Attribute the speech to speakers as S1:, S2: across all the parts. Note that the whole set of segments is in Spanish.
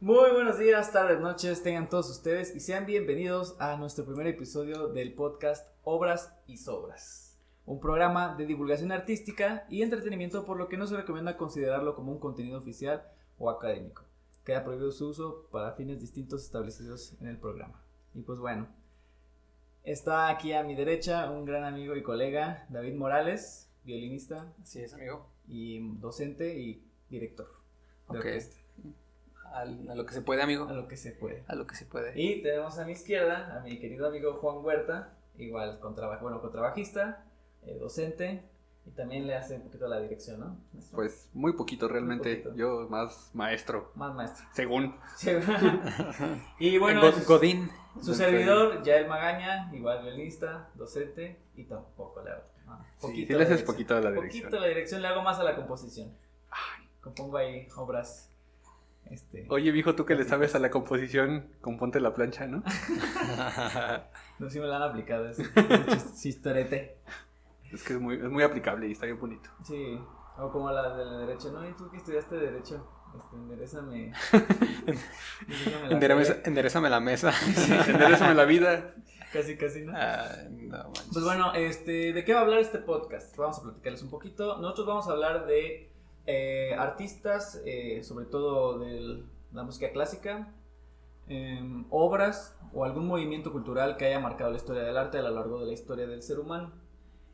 S1: Muy buenos días, tardes, noches, tengan todos ustedes y sean bienvenidos a nuestro primer episodio del podcast Obras y Sobras. Un programa de divulgación artística y entretenimiento por lo que no se recomienda considerarlo como un contenido oficial o académico. Queda prohibido su uso para fines distintos establecidos en el programa. Y pues bueno, está aquí a mi derecha un gran amigo y colega, David Morales, violinista
S2: Así es, amigo.
S1: y docente y director. de
S2: Ok.
S1: orquesta,
S2: Al- a lo que se puede, amigo.
S1: A lo que se puede.
S2: A lo que se puede.
S1: Y tenemos a mi izquierda a mi querido amigo Juan Huerta, igual contraba- bueno, contrabajista, eh, docente, y también le hace un poquito la dirección, ¿no? Maestro?
S3: Pues muy poquito realmente.
S1: poquito.
S3: Yo más maestro,
S1: Más maestro.
S3: según.
S1: Sí. y bueno,
S2: Go-
S1: su-
S2: Godín.
S1: su servidor, Yael Magaña, igual violinista, docente, y tampoco le hago. ah,
S3: Sí,
S1: poquito
S3: sí
S1: la
S3: le haces
S1: dirección.
S3: poquito a la
S1: Poquito
S3: dirección.
S1: la dirección, le hago más a la composición. Compongo ahí obras. Este,
S3: Oye, viejo, tú que le sabes a la composición, componte la plancha, ¿no?
S1: no sé si me la han aplicado, es un chistorete.
S3: Es que es muy, es muy aplicable y está bien bonito.
S1: Sí, o como la de la derecho, ¿no? ¿Y tú que estudiaste derecho? Este, enderezame. enderezame la
S2: Endereza-
S1: fe.
S2: Enderezame la mesa.
S3: Enderezame la vida.
S1: Casi, casi, ¿no?
S2: Ah, no manches.
S1: Pues bueno, este, ¿de qué va a hablar este podcast? Vamos a platicarles un poquito. Nosotros vamos a hablar de eh, artistas, eh, sobre todo de la música clásica, eh, obras o algún movimiento cultural que haya marcado la historia del arte a lo largo de la historia del ser humano.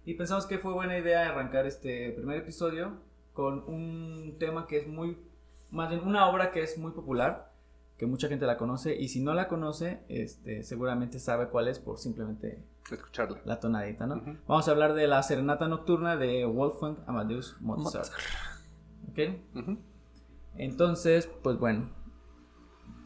S1: Y pensamos que fue buena idea arrancar este primer episodio con un tema que es muy, más bien una obra que es muy popular, que mucha gente la conoce y si no la conoce, este, seguramente sabe cuál es por simplemente
S3: Escucharla.
S1: la tonadita, ¿no?
S3: Ujú.
S1: Vamos a hablar de la serenata nocturna de Wolfgang Amadeus Mozart. ¿Ok?
S3: Ujú.
S1: Entonces, pues bueno,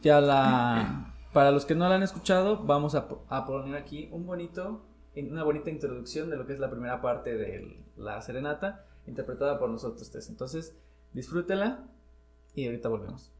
S1: ya la... Para los que no la han escuchado, vamos a, po- a poner aquí un bonito, una bonita introducción de lo que es la primera parte de la serenata, interpretada por nosotros tres. Entonces, disfrútela y ahorita volvemos.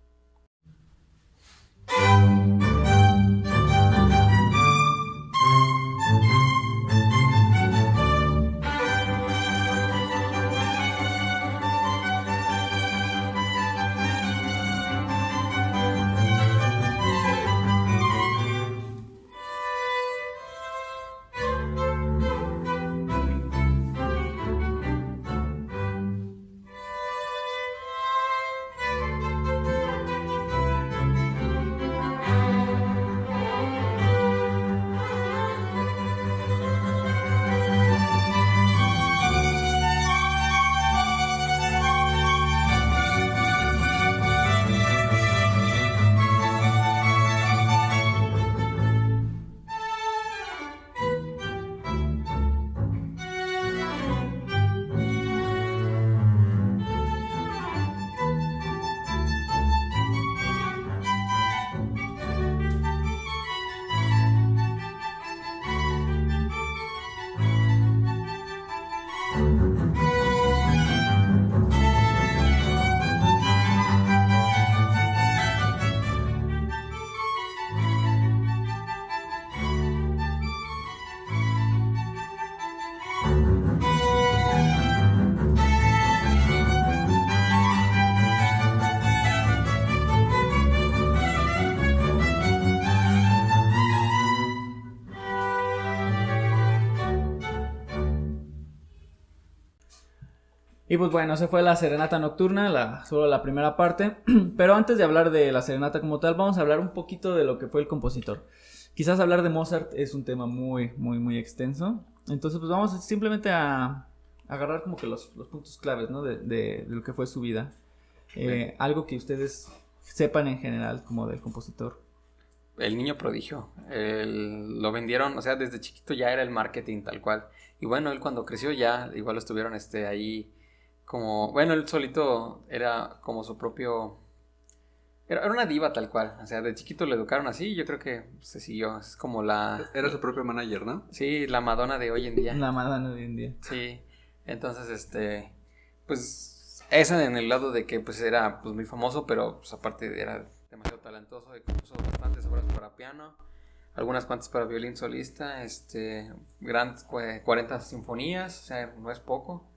S1: Y pues bueno, se fue la serenata nocturna, la, solo la primera parte. Pero antes de hablar de la serenata como tal, vamos a hablar un poquito de lo que fue el compositor. Quizás hablar de Mozart es un tema muy, muy, muy extenso. Entonces, pues vamos simplemente a, a agarrar como que los, los puntos claves, ¿no? De, de- de lo que fue su vida. Eh, algo que ustedes sepan en general como del compositor.
S2: El niño prodigio. El- lo vendieron, o sea, desde chiquito ya era el marketing tal cual. Y bueno, él cuando creció ya, igual lo estuvieron este, ahí como... Bueno, él solito era como su propio... Era, era una diva tal cual. O sea, de chiquito lo educaron así y yo creo que se siguió. Es como la...
S3: Era su propio manager, ¿no?
S2: Sí, la Madonna de hoy en día.
S1: La madana de hoy en día.
S2: Sí, entonces, este, pues, esa en el lado de que, pues, era, pues, muy famoso, pero, pues, aparte era demasiado talentoso y compuso bastantes obras para piano, algunas cuantas para violín solista, este, grandes cua- 40 sinfonías, o sea, no es poco,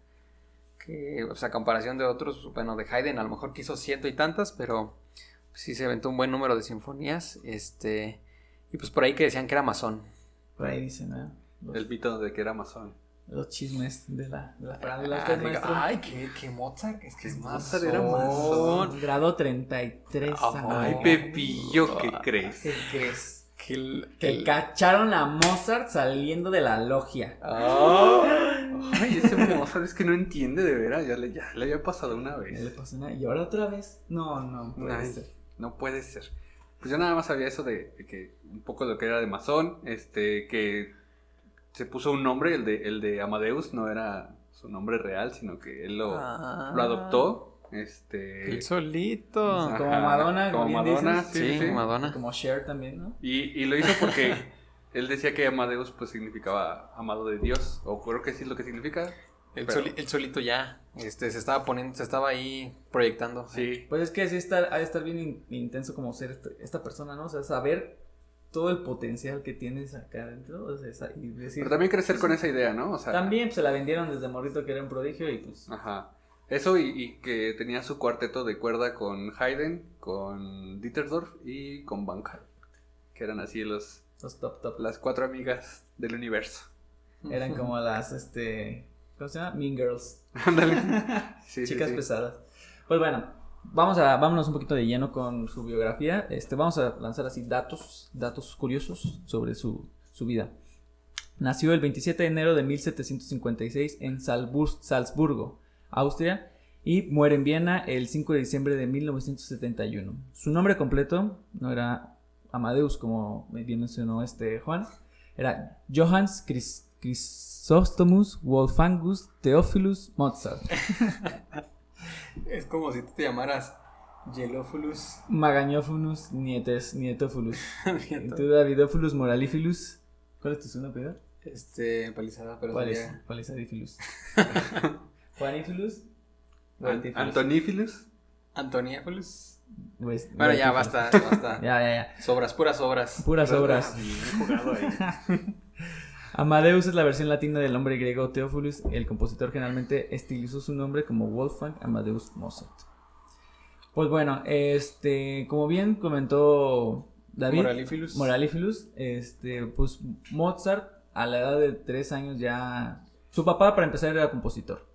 S2: que, o sea, a comparación de otros, bueno, de Haydn a lo mejor quiso ciento y tantas, pero sí se aventó un buen número de sinfonías, este, y pues por ahí que decían que era masón.
S1: Por ahí dicen, ¿eh? Los,
S3: El mito de que era masón.
S1: los chismes de la, de la farándula.
S2: Ah,
S1: Usted,
S2: digo,
S1: maestro,
S2: Ay, que, que Mozart, es que es
S3: Mozart
S2: masón.
S3: era masón.
S1: Oh, Grado 33.
S2: Ay,
S3: Ay,
S1: amigo.
S3: Pepillo, ¿qué
S2: Ah.
S3: crees?
S1: ¿Qué crees?
S2: Que el-
S1: Que
S2: el-
S1: cacharon a Mozart saliendo de la logia.
S2: Ah.
S3: Ay, ese Mozart es que no entiende de veras, ya le, ya le había pasado una
S1: No le
S3: vez.
S1: pasó nada. ¿Y ahora otra vez? No, no. puede
S3: Ay,
S1: ser.
S3: no puede ser. Pues yo nada más sabía eso de, de que un poco lo que era de masón, este, que se puso un nombre, el de, el de Amadeus, no era su nombre real, sino que él lo,
S2: Ah.
S3: lo adoptó. Este,
S2: El solito.
S1: Ajá. como Madonna,
S3: como
S1: como bien
S3: Madonna,
S1: dices.
S3: sí, sí,
S2: sí,
S3: sí.
S2: Madonna.
S1: Como Cher también, ¿no?
S3: Y, y lo hizo porque él decía que Amadeus pues significaba amado de Dios, o creo que sí es lo que significa.
S2: El,
S3: Pero-
S2: soli- el solito ya, este, se estaba poniendo, se estaba ahí proyectando.
S3: Sí.
S1: Pues es que sí estar, ha de estar bien in- intenso como ser est- esta persona, ¿no? O sea, saber todo el potencial que tienes acá adentro. o sea, esa- y decir,
S3: Pero también crecer con esa idea, ¿no? O sea,
S1: También pues, se la vendieron desde morrito que era un prodigio y pues...
S3: Ajá. Eso y, y que tenía su cuarteto de cuerda con Haydn, con Dietersdorf y con Banca, que eran así los,
S1: Los top top.
S3: las cuatro amigas del universo.
S1: Eran como las, este... ¿Cómo se llama? Mean Girls.
S3: Ándale. Sí, sí,
S1: chicas
S3: sí.
S1: pesadas. Pues bueno, vamos a, vámonos un poquito de lleno con su biografía. Este, vamos a lanzar así datos, datos curiosos sobre su, su vida. Nació el 27 de enero de 1756 en Salzbur- Salzburgo, Austria, y muere en Viena el 5 de diciembre de 1971. Su nombre completo no era Amadeus, como bien mencionó este Juan, era Johannes Chris- Chrysostomus Wolfgangus Theophilus Mozart.
S2: Es como si tú te llamaras Yelofulus.
S1: Magañófunus nietes, nietofulus. Y tú, Davidófulus moralífilus. ¿Cuál es tu segundo apellido?
S2: este, palizada, pero
S1: ¿Cuál es?
S2: sería-
S1: Palizadífilus. Juanífilus.
S3: An-
S1: Voltífilus.
S3: Antonífilus.
S2: Antonífilus.
S1: Pues,
S2: Bueno, ya
S1: voltífilus.
S2: basta, basta.
S1: Ya, ya, ya.
S2: Sobras, puras obras.
S1: Puras obras.
S3: Bien jugado ahí.
S1: Amadeus es la versión latina del nombre griego Theophilus. El compositor generalmente estilizó su nombre como Wolfgang Amadeus Mozart. Pues bueno, este, como bien comentó David,
S2: Moralífilus.
S1: Moralífilus, este, pues Mozart a la edad de tres años ya, su papá para empezar era compositor,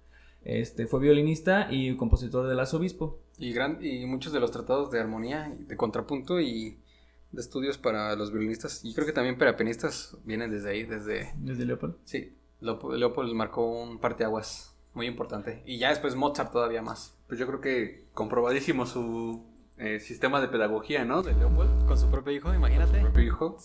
S1: este, fue violinista y compositor del arzobispo.
S2: Y, gran, y muchos de los tratados de armonía, y de contrapunto y de estudios para los violinistas. Y creo que también para pianistas vienen desde ahí, desde
S1: Desde Leopold.
S2: Sí, Leop- Leopold marcó un parteaguas muy importante. Y ya después Mozart todavía más.
S3: Pues yo creo que comprobadísimo su eh, sistema de pedagogía, ¿no? De Leopold,
S2: Con su propio hijo, imagínate.
S3: propio hijo.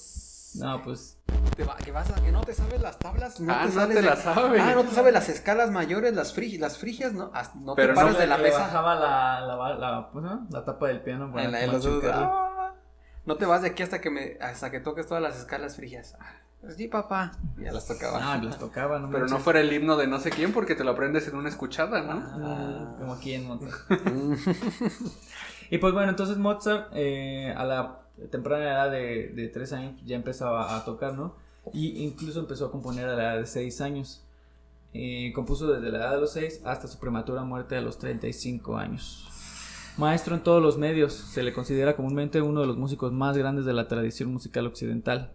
S1: No, pues
S2: Te va- que, vas a- que no te sabes las tablas.
S3: ah, no
S2: sabes
S3: te
S2: de-
S3: la sabes.
S2: Ah, no te sabes las escalas mayores, las, fri- las frigias, no, as- no
S3: Pero
S2: te
S3: no
S2: paras
S3: me
S2: de la
S1: le
S2: mesa.
S1: bajaba la, la, la- ¿cómo se llama? la tapa del piano. para
S2: En la- en los dedos,
S1: machucarlo.
S2: ah, No te vas de aquí hasta que me hasta que toques todas las escalas frigias. Ah, Sí, papá. Ya las tocaba.
S1: Ah, las tocaba, no
S3: Pero no
S1: manches.
S3: fuera el himno de no sé quién porque te lo aprendes en una escuchada, ¿no?
S1: Mm, Como aquí en Mozart.
S3: Mm.
S1: Y pues bueno, entonces Mozart eh, a la temprana edad de, de tres años ya empezaba a tocar, ¿no? Y incluso empezó a componer a la edad de seis años. Eh, compuso desde la edad de los seis hasta su prematura muerte a los 35 años. Maestro en todos los medios, se le considera comúnmente uno de los músicos más grandes de la tradición musical occidental.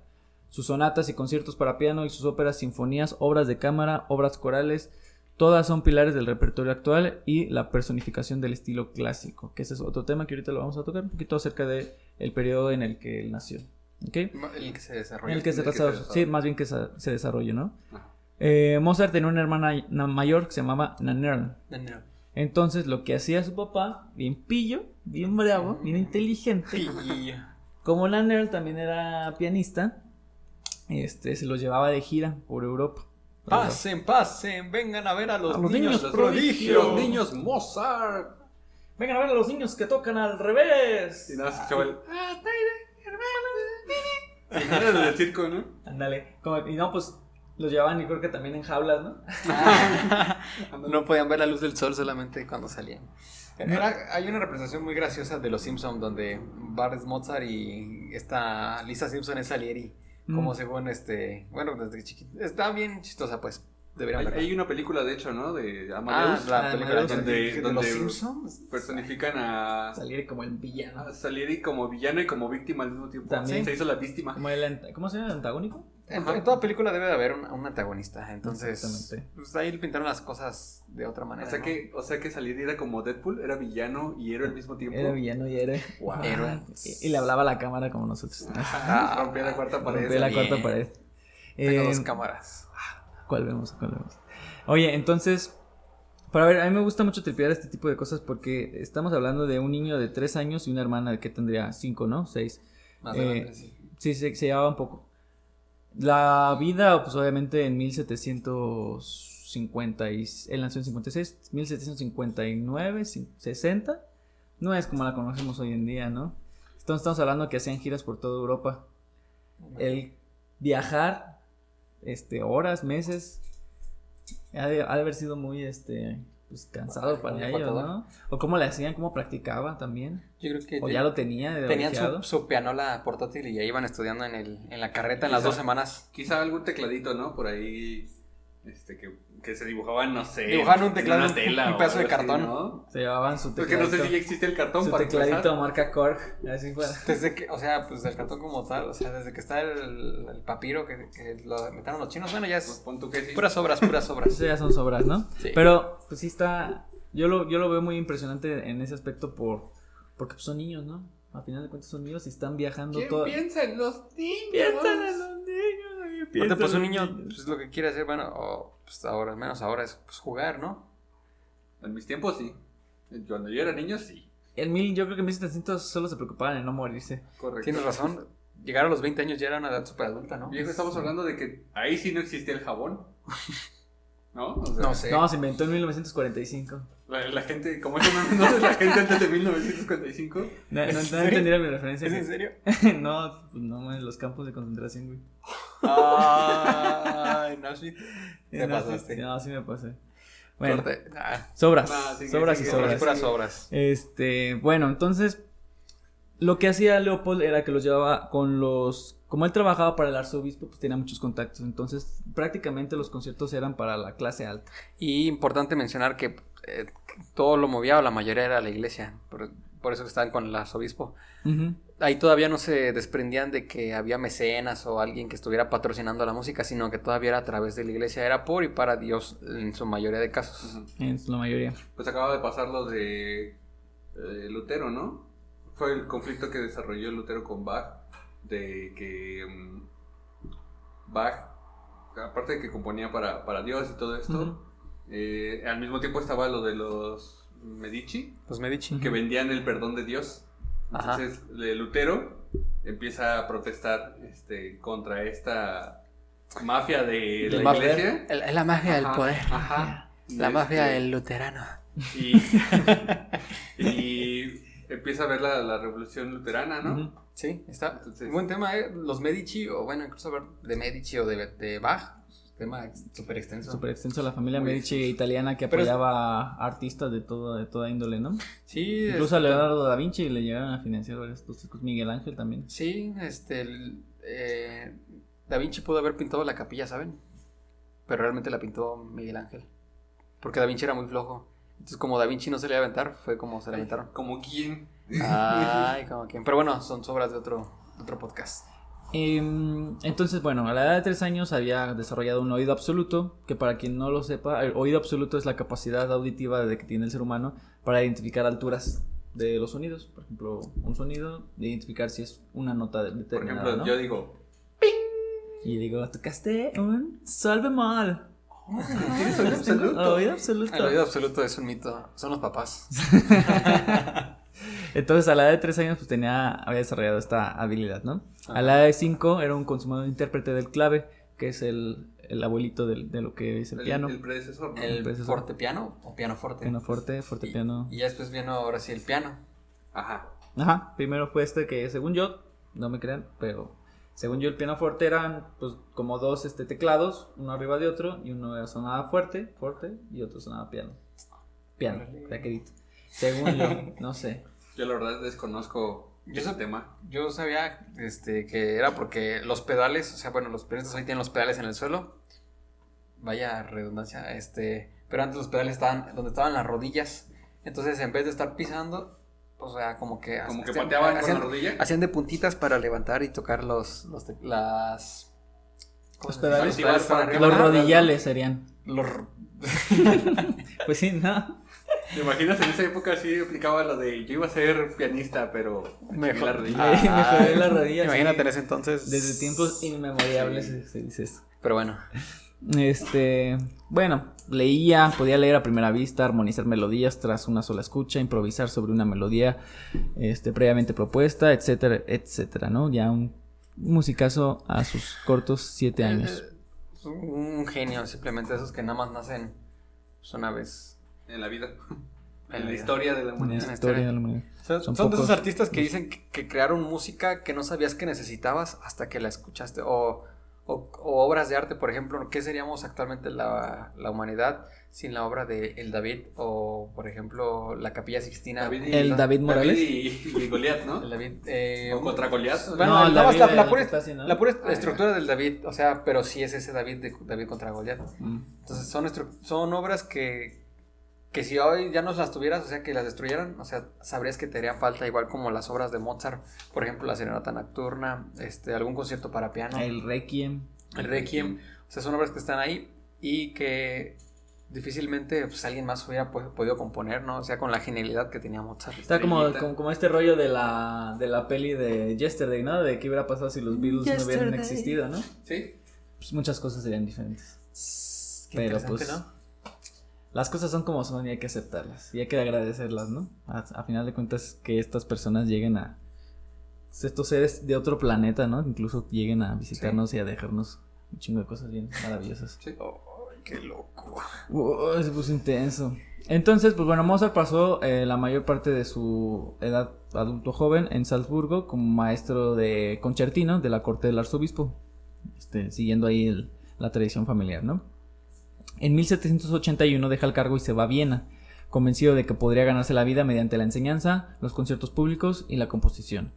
S1: Sus sonatas y conciertos para piano y sus óperas, sinfonías, obras de cámara, obras corales, todas son pilares del repertorio actual y la personificación del estilo clásico, que ese es otro tema que ahorita lo vamos a tocar un poquito acerca de el periodo en el que él nació. ¿ok?
S2: El que se
S1: En
S2: desarrolla.
S1: el que se
S3: el que se
S1: desarrolló, sí,
S3: desarrolló.
S1: más bien que se, se desarrolló, ¿no?
S3: Ajá.
S1: Eh, Mozart tenía una hermana na- mayor que se llamaba Nannerl. Entonces, lo que hacía su papá, bien pillo, bien bravo, bien inteligente,
S2: Y-
S1: como Nannerl también era pianista, este, se los llevaba de gira por Europa.
S2: Ah, Pasen, pasen, vengan a ver a los,
S1: A los
S2: niños,
S1: niños
S2: prodigio.
S1: prodigio.
S3: Los niños Mozart.
S1: Vengan a ver a los niños que tocan al revés.
S3: Y nada, se escuchaba el. Ah. Sí, Era lo del circo, ¿no?
S1: Ándale. como- Y no, pues los llevaban y creo que también en jaulas, ¿no?
S2: no podían ver la luz del sol solamente cuando salían. Era- hay una representación muy graciosa de Los Simpson donde Bart es Mozart y esta Lisa Simpson es Salieri. Como
S1: Mm.
S2: según este, bueno, desde chiquito. Está bien chistosa, pues. Deberían
S3: Hay,
S2: verla.
S3: hay una película, de hecho, ¿no? De
S2: Ah,
S3: Amadeus.
S2: la
S1: Ah,
S2: película
S1: Amadeus,
S2: donde-
S3: donde-
S1: de
S3: donde-
S1: los Simpsons.
S3: Personifican a,
S1: Salir como el villano.
S3: a Salieri como villano y como víctima al mismo tiempo.
S1: También.
S3: Se hizo la víctima.
S1: Como el anta- ¿Cómo se llama? ¿El antagónico?
S2: En,
S3: Ajá.
S2: en toda película debe de haber un, un antagonista, entonces
S1: Exactamente.
S2: pues ahí pintaron las cosas de otra manera.
S3: O sea,
S2: ¿no?
S3: que, o sea que Salieri era como Deadpool, era villano y héroe al mismo tiempo.
S1: Era villano y héroe.
S3: Wow.
S2: Héroe.
S1: Y, y le hablaba a la cámara como nosotros.
S2: Ah,
S3: Ajá, rompió la cuarta pared.
S1: Rompió la
S2: bien.
S1: cuarta pared.
S2: Tengo
S1: Eh,
S2: dos cámaras.
S1: ¿Cuál vemos? ¿Cuál vemos? Oye, entonces, para ver, a mí me gusta mucho tripear este tipo de cosas porque estamos hablando de un niño de 3 años y una hermana que tendría 5, ¿no? 6.
S2: Más
S1: eh,
S2: adelante, sí.
S1: Sí, se, se llevaba un poco. La vida, pues obviamente en 1750, y, él nació en 56, 1759, cin- 60, no es como la conocemos hoy en día, ¿no? Entonces estamos hablando que hacían giras por toda Europa. El viajar, este, horas, meses, ha de, ha de haber sido muy, este, pues cansado para ellos,
S2: Agotador.
S1: ¿no? O cómo le hacían, cómo practicaban también,
S2: Yo creo que
S1: o
S2: te-
S1: ya lo tenía de
S2: tenían
S1: ojeado.
S2: su, su pianola portátil y ya iban estudiando en, el, en la carreta en las dos semanas.
S3: Quizá algún tecladito, ¿no? Por ahí. Este, que, que se dibujaban, no sé.
S2: Dibujaban un teclado,
S3: en
S2: un- un pedazo
S3: o algo
S2: de cartón.
S3: ¿no?
S1: Se llevaban su
S3: Porque no sé
S1: tecladito.
S3: si ya existe el cartón
S1: Su
S3: para
S1: tecladito
S3: empezar.
S1: marca Korg, así fuera.
S2: Desde que, o sea, pues del cartón como tal, o sea, desde que está el, el papiro que, que lo metieron los chinos, bueno, ya
S3: Pues
S2: es
S3: pon tú que sí.
S2: puras obras, puras obras.
S1: Esas ya son sobras, ¿no?
S2: Sí.
S1: Pero, pues sí está. Yo lo, yo lo veo muy impresionante en ese aspecto por porque pues, son niños, ¿no? A final de cuentas son niños y están viajando
S3: ¿Quién
S1: todo.
S3: piensa en los niños?
S1: Piensan en los niños. piensan
S2: Aparte, pues un
S1: en los
S2: niño,
S1: niños.
S2: pues lo que quiere hacer, bueno, o, pues ahora, al menos ahora es pues, jugar, ¿no?
S3: En mis tiempos sí. Cuando yo era niño sí.
S1: En mil, yo creo que en 1700 solo se preocupaban en no morirse.
S3: Correcto.
S2: Tienes razón, llegar a los 20 años ya era una edad súper adulta, ¿no?
S3: Viejo, estamos hablando de que ahí sí no existía el jabón. ¿No? O sea,
S2: No sé.
S1: No, se inventó en 1945.
S3: La, la gente, como eso no no, la gente antes de 1955.
S1: No, no,
S2: ¿Es en
S1: no
S2: serio?
S1: entendieron mi referencia.
S2: ¿Es en serio?
S1: no, pues no, mames, los campos de concentración, güey.
S2: Ay, no, sí. Te
S1: no,
S2: pasaste.
S1: Sí, no, sí me pasé. Bueno,
S2: Corte. Ah,
S1: sobras.
S3: Ah, sigue,
S1: sobras y
S3: sigue,
S1: sobras.
S3: sigue.
S2: puras obras.
S1: Este, bueno, entonces lo que hacía Leopold era que los llevaba con los como él trabajaba para el arzobispo, pues tenía muchos contactos, entonces prácticamente los conciertos eran para la clase alta.
S2: Y importante mencionar que eh, todo lo movía o la mayoría era la iglesia. Por, por eso que estaban con el arzobispo. Ahí todavía no se desprendían de que había mecenas o alguien que estuviera patrocinando la música, sino que todavía era a través de la iglesia, era por y para Dios en su mayoría de casos.
S3: Ujú.
S1: En su- la mayoría.
S3: Pues acaba de pasar lo de eh, Lutero, ¿no? Fue el conflicto que desarrolló Lutero con Bach, de que mm, Bach, aparte de que componía para, para Dios y todo esto,
S1: Ujú.
S3: eh, al mismo tiempo estaba lo de los Medici,
S1: Pues
S2: Los Medici.
S3: que vendían el perdón de Dios.
S2: Ajá.
S3: Entonces, eh, Lutero empieza a protestar este, contra esta mafia de
S2: La
S3: la
S2: mafia.
S3: iglesia.
S2: El- la mafia del
S3: Ajá,
S2: poder.
S3: Ajá.
S2: La
S3: Este,
S2: mafia del luterano.
S3: Y, y empieza a ver la, la revolución luterana, ¿no?
S1: Ujú.
S2: Sí, está.
S3: Entonces-
S2: buen tema, ¿eh? Los Medici, o bueno, incluso hablar de Medici o de, de Bach, tema ex- súper extenso.
S1: Súper extenso la familia
S2: Muy
S1: Medici
S2: extenso.
S1: italiana que
S2: Pero es-
S1: apoyaba a artistas de todo de toda índole, ¿no?
S2: Sí,
S1: Incluso a
S2: este,
S1: Leonardo da Vinci le llegaron a financiar varios de estos, Miguel Ángel también.
S2: Sí, este. el- eh, da Vinci pudo haber pintado la capilla, ¿saben? Pero realmente la pintó Miguel Ángel. Porque Da Vinci era muy flojo. Entonces, como Da Vinci no se le iba a aventar, fue como se le aventaron.
S3: Como quién.
S2: Ay, como que. Pero bueno, son obras de otro, de otro podcast.
S1: Em, Entonces, bueno, a la edad de tres años había desarrollado un oído absoluto, que para quien no lo sepa, el oído absoluto es la capacidad auditiva de que tiene el ser humano para identificar alturas de los sonidos. Por ejemplo, un sonido, de identificar si es una nota de-
S3: Por
S1: determinada,
S3: ejemplo,
S1: ¿no?
S3: yo digo,
S1: Y digo, tocaste un em sol bemol.
S3: Oh, ¿tienes oído absoluto?
S1: Oído absoluto.
S2: El oído absoluto es un mito. Son los papás.
S1: Entonces, a la edad de tres años, pues tenía, había desarrollado esta habilidad, ¿no? A la edad de cinco era un consumado intérprete del clave, que es el, el abuelito del- de, lo que es el,
S3: El,
S1: piano.
S3: el predecesor, ¿no?
S2: El
S1: Pues eso.
S2: forte piano o piano forte.
S1: Pianoforte,
S2: Este, Y-
S1: fortepiano.
S2: Y, ya después vino ahora sí el piano.
S3: Ajá.
S1: Ajá, primero fue este que según yo, no me crean, pero según yo el pianoforte eran pues como dos este teclados, uno arriba de otro y uno sonaba fuerte, fuerte y otro sonaba piano. Piano,
S2: Órale.
S1: taquerito. Según yo, no sé.
S3: Yo la verdad desconozco
S2: Yo
S3: ese
S2: sab-
S3: tema.
S2: Yo sabía este, que era porque los pedales, o sea, bueno, los pianistas hoy tienen los pedales en el suelo. vaya redundancia, este, pero antes los pedales estaban donde estaban las rodillas, entonces en vez de estar pisando, pues, o sea, como que,
S3: Como que
S2: hacían-
S3: pateaban con
S2: hacían-
S3: la rodilla.
S2: hacían de puntitas para levantar y tocar los, los te- las ¿cómo
S1: Los
S2: se
S1: pedales.
S2: dice? Los pedales para arriba.
S1: Los
S2: Ajá,
S1: rodillales serían.
S2: los-
S1: Pues sí, ¿no?
S3: ¿Te imaginas? En esa época sí aplicaba lo de yo iba a ser pianista, pero me chingué
S2: Mejor.
S3: la rodilla.
S1: Ah. mejoré
S2: Ay,
S1: la rodilla,
S2: Imagínate
S1: sí.
S2: en ese entonces.
S1: Desde tiempos inmemorables se- se dice eso.
S2: Pero bueno,
S1: Este, bueno, leía, podía leer a primera vista, armonizar melodías tras una sola escucha, improvisar sobre una melodía este, previamente propuesta, etcétera, etcétera, ¿no? Ya un musicazo a sus cortos siete años.
S2: eh, es un, un genio, simplemente esos que nada más nacen pues, una vez.
S3: En la vida.
S2: En
S3: En
S2: la
S3: la
S2: vida.
S3: historia de la
S1: En la
S3: humanidad.
S2: una
S1: historia
S2: historia.
S1: de la humanidad.
S2: Son,
S1: Son
S2: son de esos
S1: pocos
S2: artistas que dicen que, que crearon música que no sabías que necesitabas hasta que la escuchaste. O, o- o obras de arte, por ejemplo, ¿qué seríamos actualmente la, la humanidad sin la obra de El David? O, por ejemplo, la Capilla Sixtina.
S3: David
S1: El David Morales.
S3: y, y Goliat, ¿no?
S2: El David, eh,
S3: O contra Goliat.
S2: Bueno,
S1: No,
S2: el-
S1: el
S2: nada
S1: David
S2: más la,
S1: era
S2: la
S1: el
S2: pura,
S1: que está haciendo, ¿no?
S2: la pura est-
S3: Ah, ya.
S2: estructura del David, o sea, pero sí es ese David de David contra Goliat.
S1: Mm.
S2: Entonces son, estru- son obras que, que si hoy ya nos las tuvieras, o sea, que las destruyeran, o sea, sabrías que te haría falta, igual como las obras de Mozart, por ejemplo, la Serenata Nocturna, este, algún concierto para piano, el,
S1: El Requiem.
S2: Requiem, o sea, son obras que están ahí y que difícilmente pues, alguien más hubiera po- podido componer, ¿no? O sea, con la genialidad que tenía Mozart.
S1: Está como,
S3: Estrellita.
S1: como, como este rollo de la, de la peli de Yesterday, ¿no? De qué hubiera pasado si los Beatles no hubieran
S2: Yesterday.
S1: existido, ¿no?
S3: Sí.
S1: Pues muchas cosas serían diferentes.
S2: Qué
S1: Pero
S2: interesante,
S1: pues
S2: ¿no?
S1: las cosas son como son y hay que aceptarlas y hay que agradecerlas, ¿no? A, a final de cuentas que estas personas lleguen a estos seres de otro planeta, ¿no? Incluso lleguen a visitarnos y a dejarnos un chingo de cosas bien maravillosas.
S3: sí.
S2: Ay, qué loco.
S1: Uy, se puso intenso. Entonces, pues bueno, Mozart pasó eh, la mayor parte de su edad adulto joven en Salzburgo como maestro de concertino de la corte del arzobispo, este, siguiendo ahí el- la tradición familiar, ¿no? En 1781 deja el cargo y se va a Viena, convencido de que podría ganarse la vida mediante la enseñanza, los conciertos públicos y la composición.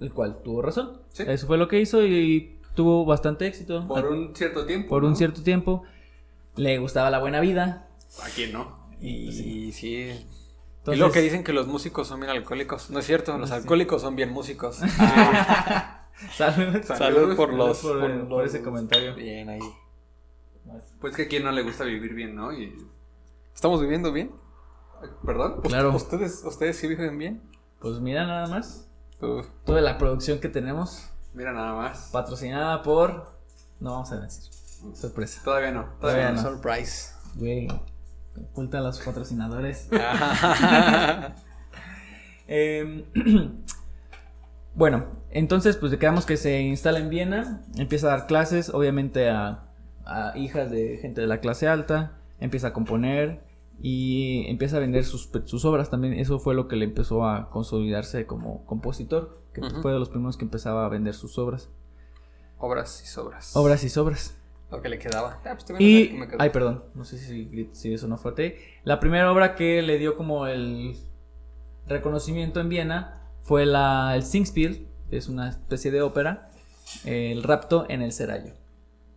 S1: El cual tuvo razón.
S3: Sí.
S1: Eso fue lo que hizo y tuvo bastante éxito.
S3: Por un cierto tiempo.
S1: Ah. Por un
S3: ¿no?
S1: cierto tiempo le gustaba la buena vida,
S3: ¿A quién no?
S2: Y
S1: Sí.
S2: sí.
S1: Entonces,
S2: y lo que dicen que los músicos son bien alcohólicos. No es cierto, los
S1: Sí.
S2: alcohólicos son bien músicos.
S1: Salud,
S2: Salud,
S3: Salud
S2: por los.
S1: por,
S2: por
S1: por
S2: los-
S1: ese comentario.
S2: Bien ahí.
S3: Pues que a quien no le gusta vivir bien, ¿no? Y...
S2: ¿Estamos viviendo bien?
S3: ¿Perdón?
S1: Claro,
S2: ¿Ustedes, ¿Ustedes sí viven bien?
S1: pues mira nada más
S2: Uf.
S1: toda la producción que tenemos,
S3: Mira nada más.
S1: patrocinada por... No vamos a decir, sorpresa.
S3: Todavía no.
S1: Todavía no.
S2: Surprise.
S1: Güey, oculta a los patrocinadores. Eh, bueno, entonces pues quedamos que se instala en Viena, empieza a dar clases, obviamente a, a hijas de gente de la clase alta, empieza a componer y empieza a vender sus, pe- sus obras también. Eso fue lo que le empezó a consolidarse como compositor, que
S2: Ujú.
S1: fue de los primeros que empezaba a vender sus obras.
S2: obras y sobras.
S1: Obras y sobras.
S2: Lo que le quedaba. Ah, pues, también
S1: Y,
S2: me quedó.
S1: ay, perdón, no sé si, grit- si eso no fuerte. La primera obra que le dio como el reconocimiento en Viena fue la, el Singspiel, que es una especie de ópera, El rapto en el Serayo.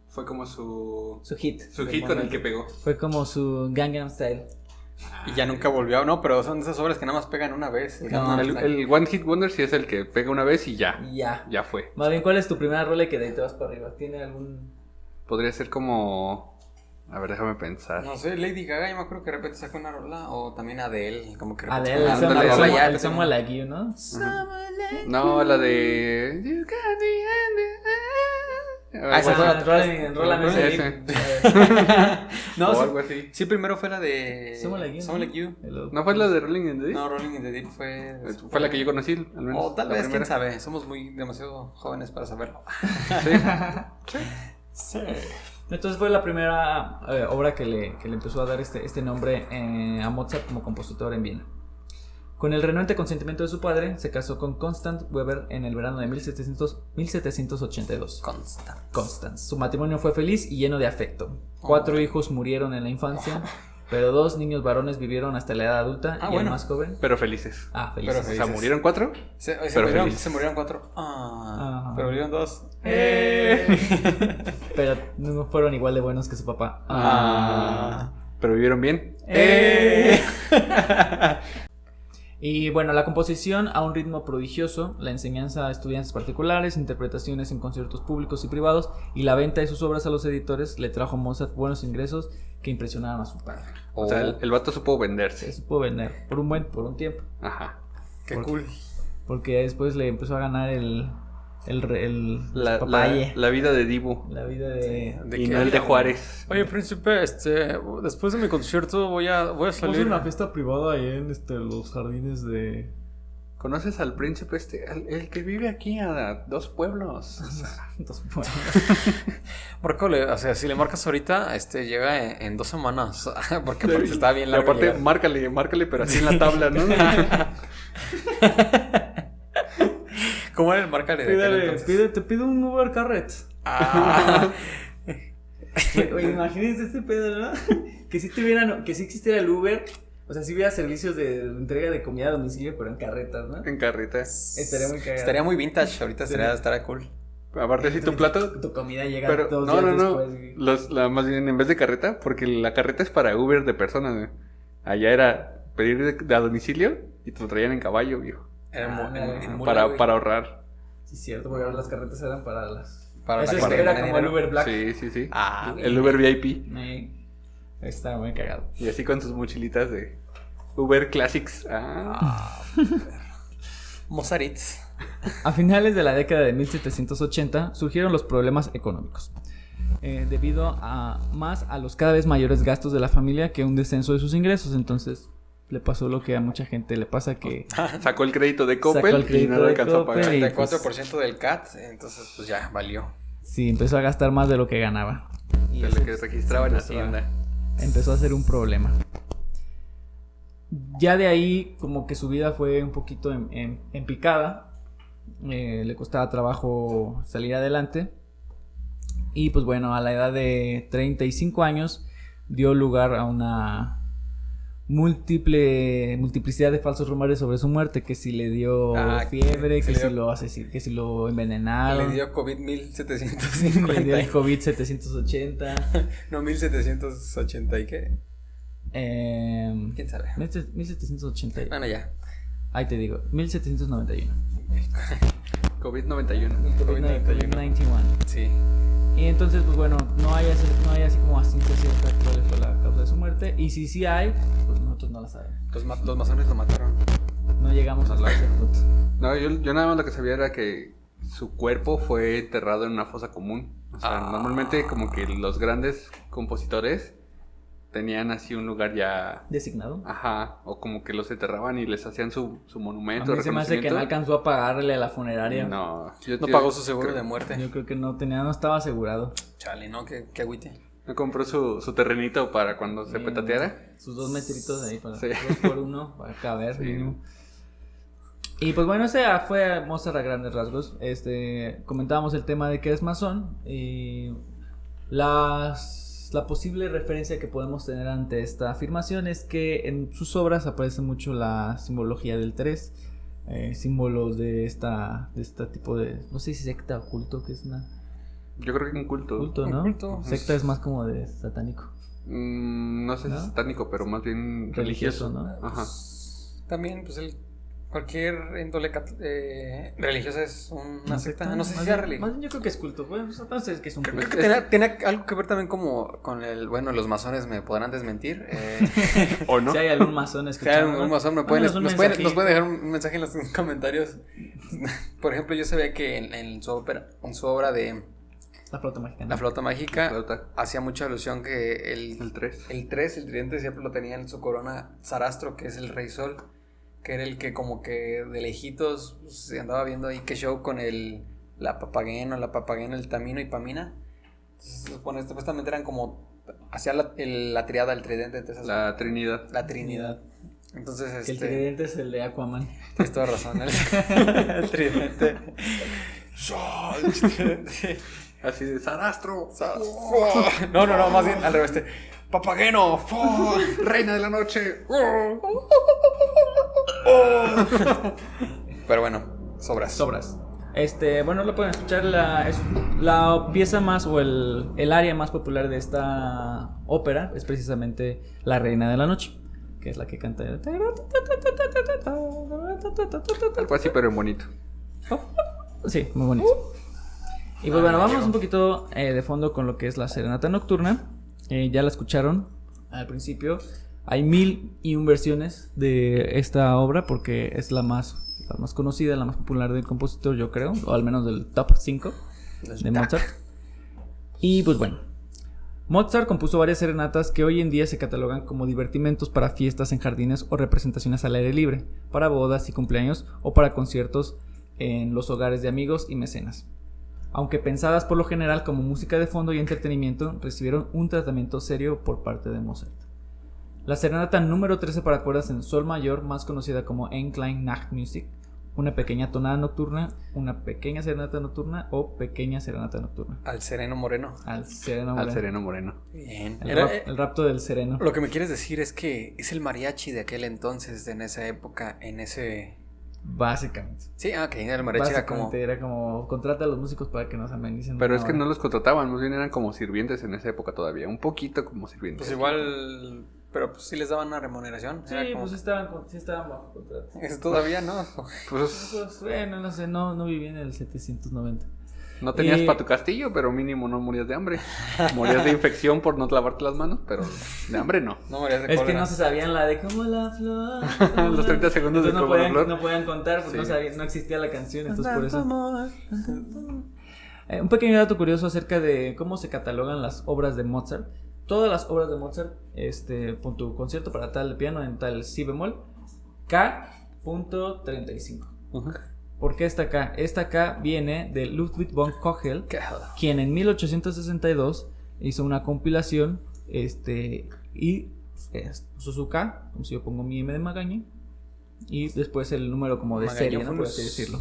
S3: Fue como su.
S1: Su hit.
S3: Su
S1: del
S3: hit con el que
S1: momento.
S3: pegó.
S1: Fue como su Gangnam Style.
S2: Y ya nunca volvió. No, pero son de esas obras que nada más pegan una vez. El
S1: No,
S2: Gangnam
S3: El,
S2: Style.
S3: el One Hit Wonder sí es el que pega una vez y
S2: Mm.
S3: ya.
S1: Y ya.
S3: Ya fue.
S1: Más bien, ¿cuál es tu primera rola que de ahí te vas para arriba? ¿Tiene algún...?
S3: Podría ser como. A ver, déjame pensar.
S2: No sé, Lady Gaga, yo me acuerdo que de repente sacó una rola. O también Adele. Como que de repente
S1: Adele,
S2: sacó una
S1: Samuel,
S3: ándale,
S2: rola,
S1: Samuel,
S2: ya,
S1: Samuel,
S2: le tengo-
S1: Like You, ¿no?
S3: No, la de. You got me in the-
S2: Ah, esa
S1: Ah,
S2: fue
S3: O
S2: la-
S1: Rolling- Rolling
S2: Rolling
S1: Stone.
S2: no, sí,
S3: algo así.
S2: sí, primero fue la de.
S1: Someone Like You,
S2: Someone
S1: ¿no?
S2: Like You.
S1: El-
S3: ¿No fue la de Rolling in the Deep?
S2: No, Rolling in the Deep fue.
S3: Fue la que yo conocí, al menos.
S2: O tal
S3: la
S2: vez, quién
S3: primera.
S2: sabe. Somos muy demasiado jóvenes para saberlo. Ah, Sí.
S1: Entonces fue la primera eh, obra que le, que le empezó a dar este, este nombre eh, a Mozart como compositor en Viena. Con el renuente consentimiento de su padre, se casó con Constant Weber en el verano de 1700 1782.
S2: Consta. Oh.
S1: Constance. Su matrimonio fue feliz y lleno de afecto. Cuatro hijos murieron en la infancia Pero dos niños varones vivieron hasta la edad adulta
S2: Ah,
S1: y
S2: bueno.
S1: el más joven.
S3: Pero felices.
S1: Ah,
S2: Pero
S1: felices.
S3: O
S2: feliz.
S3: sea,
S2: Felices.
S3: murieron cuatro.
S2: Se, eh, se
S3: Pero
S2: murieron,
S3: feliz.
S2: se murieron cuatro. Ah,
S1: Ah.
S2: Pero murieron dos.
S1: ¡Eh!
S2: ¡Eh!
S1: Pero no fueron igual de buenos que su papá.
S2: Ah.
S3: Pero vivieron bien.
S2: ¡Eh!
S1: Y bueno, la composición a un ritmo prodigioso, la enseñanza a estudiantes particulares, interpretaciones en conciertos públicos y privados y la venta de sus obras a los editores le trajo a Mozart buenos ingresos que impresionaron a su padre.
S3: O sea, el, el vato supo
S1: Se
S3: venderse.
S1: supo vender por un buen, por un tiempo,
S3: Ajá.
S2: ¡Qué cool!
S1: porque después le empezó a ganar el, el, re- el
S3: La, la,
S1: papaye,
S3: la vida de Divo.
S1: la vida de...
S2: ¿De
S3: y
S2: qué?
S3: no el de Juárez.
S2: Oye, príncipe, este, después de mi concierto voy a, voy a salir.
S1: fiesta privada ahí en este, los jardines de...
S3: ¿Conoces al príncipe este? Al- El, que vive aquí a dos pueblos. O sea,
S2: Márcale, o sea, si le marcas ahorita, este, llega en, en dos semanas. Porque aparte está bien
S3: y
S2: largo.
S3: aparte,
S2: llegar.
S3: márcale, márcale, pero así en la tabla, ¿no?
S2: ¿Cómo era el márcale de aquel entonces?
S1: te pido un Uber Carret.
S2: Ah,
S1: Oye, imagínense este pedo, ¿no? Que si tuvieran, que si existiera el Uber, o sea, si hubiera servicios de entrega de comida a domicilio, pero en carretas, ¿no?
S3: en carrita.
S1: Estaría muy cagado.
S2: estaría muy vintage ahorita, estaría, estaría cool.
S3: Aparte, si tu plato.
S1: Tu comida llega
S3: Pero,
S1: dos
S3: no, no,
S1: días
S3: no.
S1: después. güey.
S3: Los, la, más bien, en vez de carreta, porque la carreta es para Uber de personas. güey. Allá era pedir de, de a domicilio y te lo traían en caballo, viejo.
S2: Era mu-
S1: Ah,
S2: en- en mula,
S3: Para,
S2: güey.
S3: para ahorrar.
S1: Sí, cierto, porque ahora las carretas eran para las.
S2: Para
S1: Eso
S2: la
S1: es-
S2: gente que
S1: era
S2: tenía
S1: como el
S2: dinero.
S1: Uber Black.
S3: Sí, sí, sí.
S2: Ah,
S1: Uber.
S3: El Uber VIP.
S1: Eh, Estaba muy cagado.
S3: Y así con sus mochilitas de Uber Classics. Ah.
S2: Mozaritz.
S1: A finales de la década de 1780 surgieron los problemas económicos, eh, debido a más a los cada vez mayores gastos de la familia que un descenso de sus ingresos. Entonces le pasó lo que a mucha gente le pasa que
S3: Sacó el crédito de
S1: Sacó el
S3: Coppel y
S1: crédito
S3: no lo
S1: de
S3: alcanzó a
S2: pues.
S3: pagar.
S1: Coppel.
S2: 34% del CAT, entonces pues ya valió.
S1: sí empezó a gastar más de lo que ganaba. Y
S3: De
S1: eso
S3: lo que registraba en la
S1: empezó a-
S3: tienda.
S1: empezó a ser un problema. Ya de ahí como que su vida fue un poquito en, en- en picada, Eh, le costaba trabajo salir adelante y pues bueno, a la edad de 35 años dio lugar a una múltiple multiplicidad de falsos rumores sobre su muerte, que si le dio
S2: Ah, que
S1: fiebre,
S2: se
S1: que,
S2: le
S1: si
S2: dio-
S1: lo asesin- que si lo envenenaron,
S2: Le dio COVID
S1: le dio el
S2: 1750.
S1: COVID 780.
S2: no, 1780 y qué.
S1: em,
S2: ¿Quién sabe?
S1: 1780.
S2: Bueno, ya.
S1: Ahí te digo, 1791.
S3: COVID-91.
S2: Sí.
S1: Y entonces, pues bueno, no hay, así- no hay así como a ciencia cierta cuál fue la causa de su muerte. Y si sí hay, pues nosotros no la sabemos.
S2: Los, ma- los masones lo mataron.
S1: No llegamos pues, hasta ese punto.
S3: No, yo, yo nada más lo que sabía era que su cuerpo fue enterrado en una fosa común. O sea,
S2: Ah.
S3: normalmente como que los grandes compositores tenían así un lugar ya...
S1: Designado.
S3: Ajá, o como que los enterraban y les hacían su, su monumento.
S1: A mí se me hace que no
S3: reconocimiento.
S1: alcanzó a pagarle a la funeraria.
S3: No, yo-
S2: No
S3: yo
S2: pagó su seguro
S3: creo-
S2: de muerte.
S1: Yo creo que no tenía, no estaba asegurado.
S2: Chale, ¿no? Qué, qué agüite.
S3: No compró su, su terrenito para cuando se
S1: Sí,
S3: petateara.
S1: Eh, Sus dos metritos ahí para
S3: Sí.
S1: dos por uno para caber
S3: Sí.
S1: mínimo. Y pues bueno, ese fue Mozart a grandes rasgos. Este comentábamos el tema de que es masón y las la posible referencia que podemos tener ante esta afirmación es que en sus obras aparece mucho la simbología del 3, símbolos de esta de este tipo de no sé si secta o culto, que es una
S3: Yo creo que un culto.
S1: culto, ¿no?
S2: Un culto.
S1: Secta es más como de satánico,
S3: Mm, no sé si
S1: ¿No?
S3: satánico, pero más bien
S1: religioso,
S3: religioso.
S1: ¿no?
S3: Ajá.
S2: Pues, también, pues el. Cualquier índole cat- eh, religiosa es una secta. No sé si
S1: Más
S2: sea
S1: bien-
S2: religiosa.
S1: Más bien yo creo que es culto. Bueno, entonces que es un
S2: Creo,
S1: culto.
S2: creo que tenía, tenía algo que ver también como con el, bueno, los masones me podrán desmentir. eh,
S3: ¿O no?
S1: Si hay algún masón
S2: si hay
S1: escuchando.
S2: algún masón me
S1: mándanos
S2: pueden,
S1: un
S2: nos, pueden,
S1: mensajito.
S2: nos pueden dejar un mensaje en los comentarios. Por ejemplo, yo sabía que en, en su ópera, en su obra de
S1: La flota mexicana.
S2: La flauta mágica
S3: Flauta.
S2: hacía mucha alusión que
S3: El
S2: el,
S3: 3.
S2: el 3, el tridente siempre lo tenía en su corona Sarastro, que es el rey sol, que era el que como que de lejitos pues, se andaba viendo ahí que show con el la papageno, la papageno, el tamino y pamina. Entonces, supone- supuestamente eran como hacía la, el- la triada, el tridente, entonces la,
S3: La Trinidad.
S2: trinidad. Entonces,
S1: Que el
S2: este,
S1: tridente es el de Aquaman.
S2: tienes toda razón, ¿eh? el, el tridente. Sol, tridente.
S3: Así de Sarastro.
S2: No, no, no, más bien al revés. este, Papageno, ¡Fu!
S3: Reina de la noche. ¡Oh!
S2: Pero bueno, sobras.
S1: Sobras. Este, bueno, lo pueden escuchar, la, es la pieza más o el, el área más popular de esta ópera es precisamente La Reina de la Noche, que es la que canta. el-
S3: Algo así, pero en bonito.
S1: Sí, muy bonito. Y pues bueno, vamos un poquito eh, de fondo con lo que es la serenata nocturna. Eh, ya la escucharon al principio. Hay mil y un versiones de esta obra porque es la más, la más conocida, la más popular del compositor, yo creo, o al menos del top 5 de Mozart. Y pues bueno, Mozart compuso varias serenatas que hoy en día se catalogan como divertimentos para fiestas en jardines o representaciones al aire libre, para bodas y cumpleaños o para conciertos en los hogares de amigos y mecenas. Aunque pensadas por lo general como música de fondo y entretenimiento, recibieron un tratamiento serio por parte de Mozart. La serenata número 13 para cuerdas en sol mayor, más conocida como Enklein Nachtmusik, una pequeña tonada nocturna, una pequeña serenata nocturna o pequeña serenata nocturna.
S2: Al sereno moreno.
S1: Al sereno.
S2: Ah,
S3: Al
S1: blanco.
S3: sereno moreno.
S2: Bien.
S1: El,
S2: Era- eh,
S1: rap- el rapto del sereno.
S2: Lo que me quieres decir es que es el mariachi de aquel entonces, de en esa época, en ese...
S1: Básicamente.
S2: Sí, ah, que el mariachi era como...
S1: Básicamente era como contrata a los músicos para que nos amenicen.
S3: Pero
S1: una
S3: es
S2: Ah,
S3: que
S1: hora".
S3: no los contrataban, más bien eran como sirvientes en esa época todavía. Un poquito como sirvientes.
S2: Pues igual... Pero pues sí les daban una remuneración.
S1: Sí,
S2: era como-
S1: pues sí estaban, con- sí estaban bajo contrato.
S2: Es todavía, ¿no?
S3: Pues,
S1: Pues bueno, no sé, no, no viví en el 790.
S3: no tenías
S1: Y-
S3: para tu castillo, pero mínimo no morías de hambre. Morías de infección por no lavarte las manos, pero de hambre no.
S2: No morías de
S1: Es que
S2: cólera.
S1: no se sabían la de como la flor. como
S3: Los
S1: la-
S3: 30 segundos de
S1: Entonces no
S3: como la
S1: podían,
S3: flor.
S1: no podían contar, pues
S3: Sí.
S1: no, sabían- no existía la
S2: Pues
S1: canción, entonces por eso.
S2: Amor.
S1: Eh, un pequeño dato curioso acerca de cómo se catalogan las obras de Mozart. Todas las obras de Mozart, este, pon tu concierto para tal piano en tal si bemol, K.35. ¿Por qué esta K? Esta K viene de Ludwig von Kogel, quien en 1862 hizo una compilación este, y es, puso su K, como si yo pongo mi M de Magaña, y después el número como de serie, ¿no? por así
S2: Magañófonos.
S1: decirlo.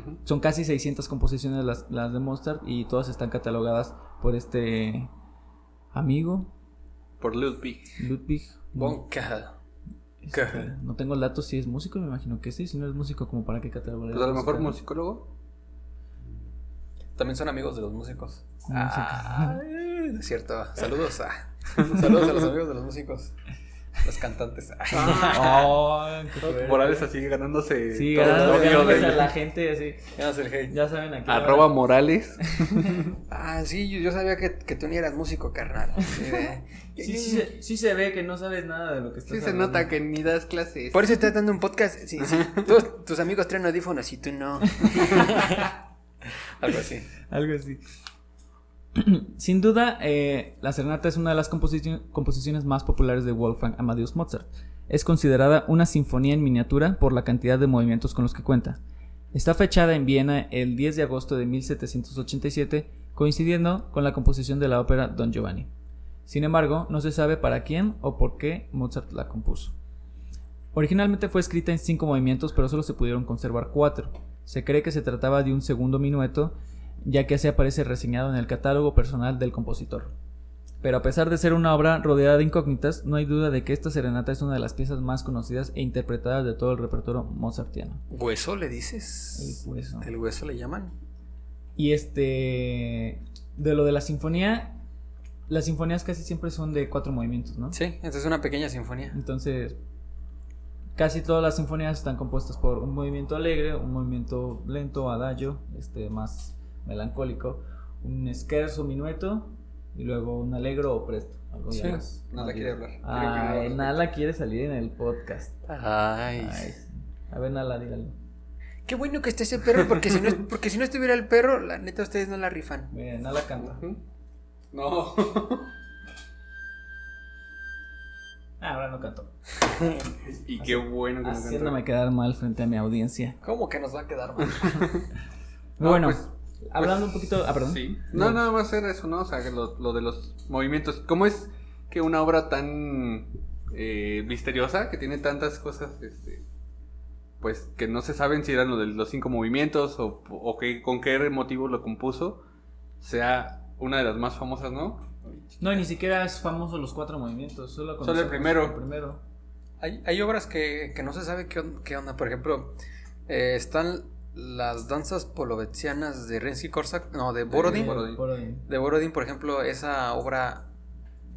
S3: Ujú.
S1: Son casi 600 composiciones las, las de Mozart y todas están catalogadas por este amigo,
S3: Por Ludwig.
S1: Ludwig.
S2: Bon Cajal.
S1: Este,
S2: Caja.
S1: no tengo el dato si es músico, me imagino que sí. Si no es músico, como para qué catalogar.
S3: Pues a lo mejor musicólogo.
S2: También son amigos de los músicos.
S1: Músicos.
S2: Ay, no es cierto. Saludos a... Saludos a los amigos de los músicos. Los cantantes. Ay.
S1: Ah, qué fuerte.
S3: Morales así ganándose.
S1: Sí,
S3: todo el
S1: ganas-
S3: odio
S1: ganas
S3: del-
S1: a la gente así.
S2: Ya no sé el hate.
S1: Ya saben aquí.
S3: Arroba Morales.
S2: Ah, sí, yo, yo sabía que, que tú ni eras músico, carnal. Sí, de-
S1: Sí, sí, se- sí se ve que no sabes nada de lo que estás
S3: Sí se
S1: hablando.
S3: nota que ni das clases.
S2: Por eso estás dando un podcast. Sí, sí. Todos tus amigos traen audífonos y tú no. Algo así.
S1: Algo así. Sin duda, eh, la serenata es una de las composici- composiciones más populares de Wolfgang Amadeus Mozart. Es considerada una sinfonía en miniatura por la cantidad de movimientos con los que cuenta. Está fechada en Viena el 10 de agosto de 1787, coincidiendo con la composición de la ópera Don Giovanni. Sin embargo, no se sabe para quién o por qué Mozart la compuso. Originalmente fue escrita en cinco movimientos, pero solo se pudieron conservar cuatro. Se cree que se trataba de un segundo minueto, ya que así aparece reseñado en el catálogo personal del compositor. Pero a pesar de ser una obra rodeada de incógnitas, no hay duda de que esta serenata es una de las piezas más conocidas e interpretadas de todo el repertorio mozartiano.
S2: ¿Hueso le dices?
S1: El hueso.
S2: ¿El hueso le llaman?
S1: Y este. De lo de la sinfonía, las sinfonías casi siempre son de cuatro movimientos, ¿no?
S2: Sí, esta es una pequeña sinfonía.
S1: Entonces, casi todas las sinfonías están compuestas por un movimiento alegre, un movimiento lento, adagio, este, más melancólico, un scherzo, minueto, y luego un alegro o presto. Algo ya
S2: Sí,
S1: más-
S3: Nala
S1: más bien.
S3: quiere hablar. Quiere que
S1: Ay,
S3: le hables.
S1: Nala quiere salir en el podcast.
S2: Ay.
S1: Ay, A ver, Nala, dígalo.
S2: Qué bueno que esté ese perro, porque si, no, porque si no estuviera el perro, la neta ustedes no la rifan.
S1: Mira, Nala canta.
S3: Ujú. No.
S1: Ah, ahora no canto.
S3: y qué bueno que no
S1: Haciéndome
S3: cantó.
S1: quedar mal frente a mi audiencia.
S2: ¿Cómo que nos va a quedar mal?
S1: Pero
S3: No,
S1: bueno,
S3: pues-
S1: hablando un poquito. Ah, perdón.
S3: Sí. No, nada más era eso, ¿no? O sea, que lo, lo de los movimientos. ¿Cómo es que una obra tan eh, misteriosa, que tiene tantas cosas, este, pues que no se saben si eran lo de los cinco movimientos o, o que, con qué motivo lo compuso, sea una de las más famosas, ¿no?
S1: No, y ni siquiera es famoso los cuatro movimientos, solo,
S3: Solo el
S1: conocemos
S3: primero.
S1: el primero.
S2: Hay, hay obras que, que no se sabe qué, on- qué onda. Por ejemplo, eh, están las danzas polovetzianas de Rimsky-Korsakov, no, de Borodin.
S3: Borodin.
S1: Borodin.
S2: De Borodin, por ejemplo, esa obra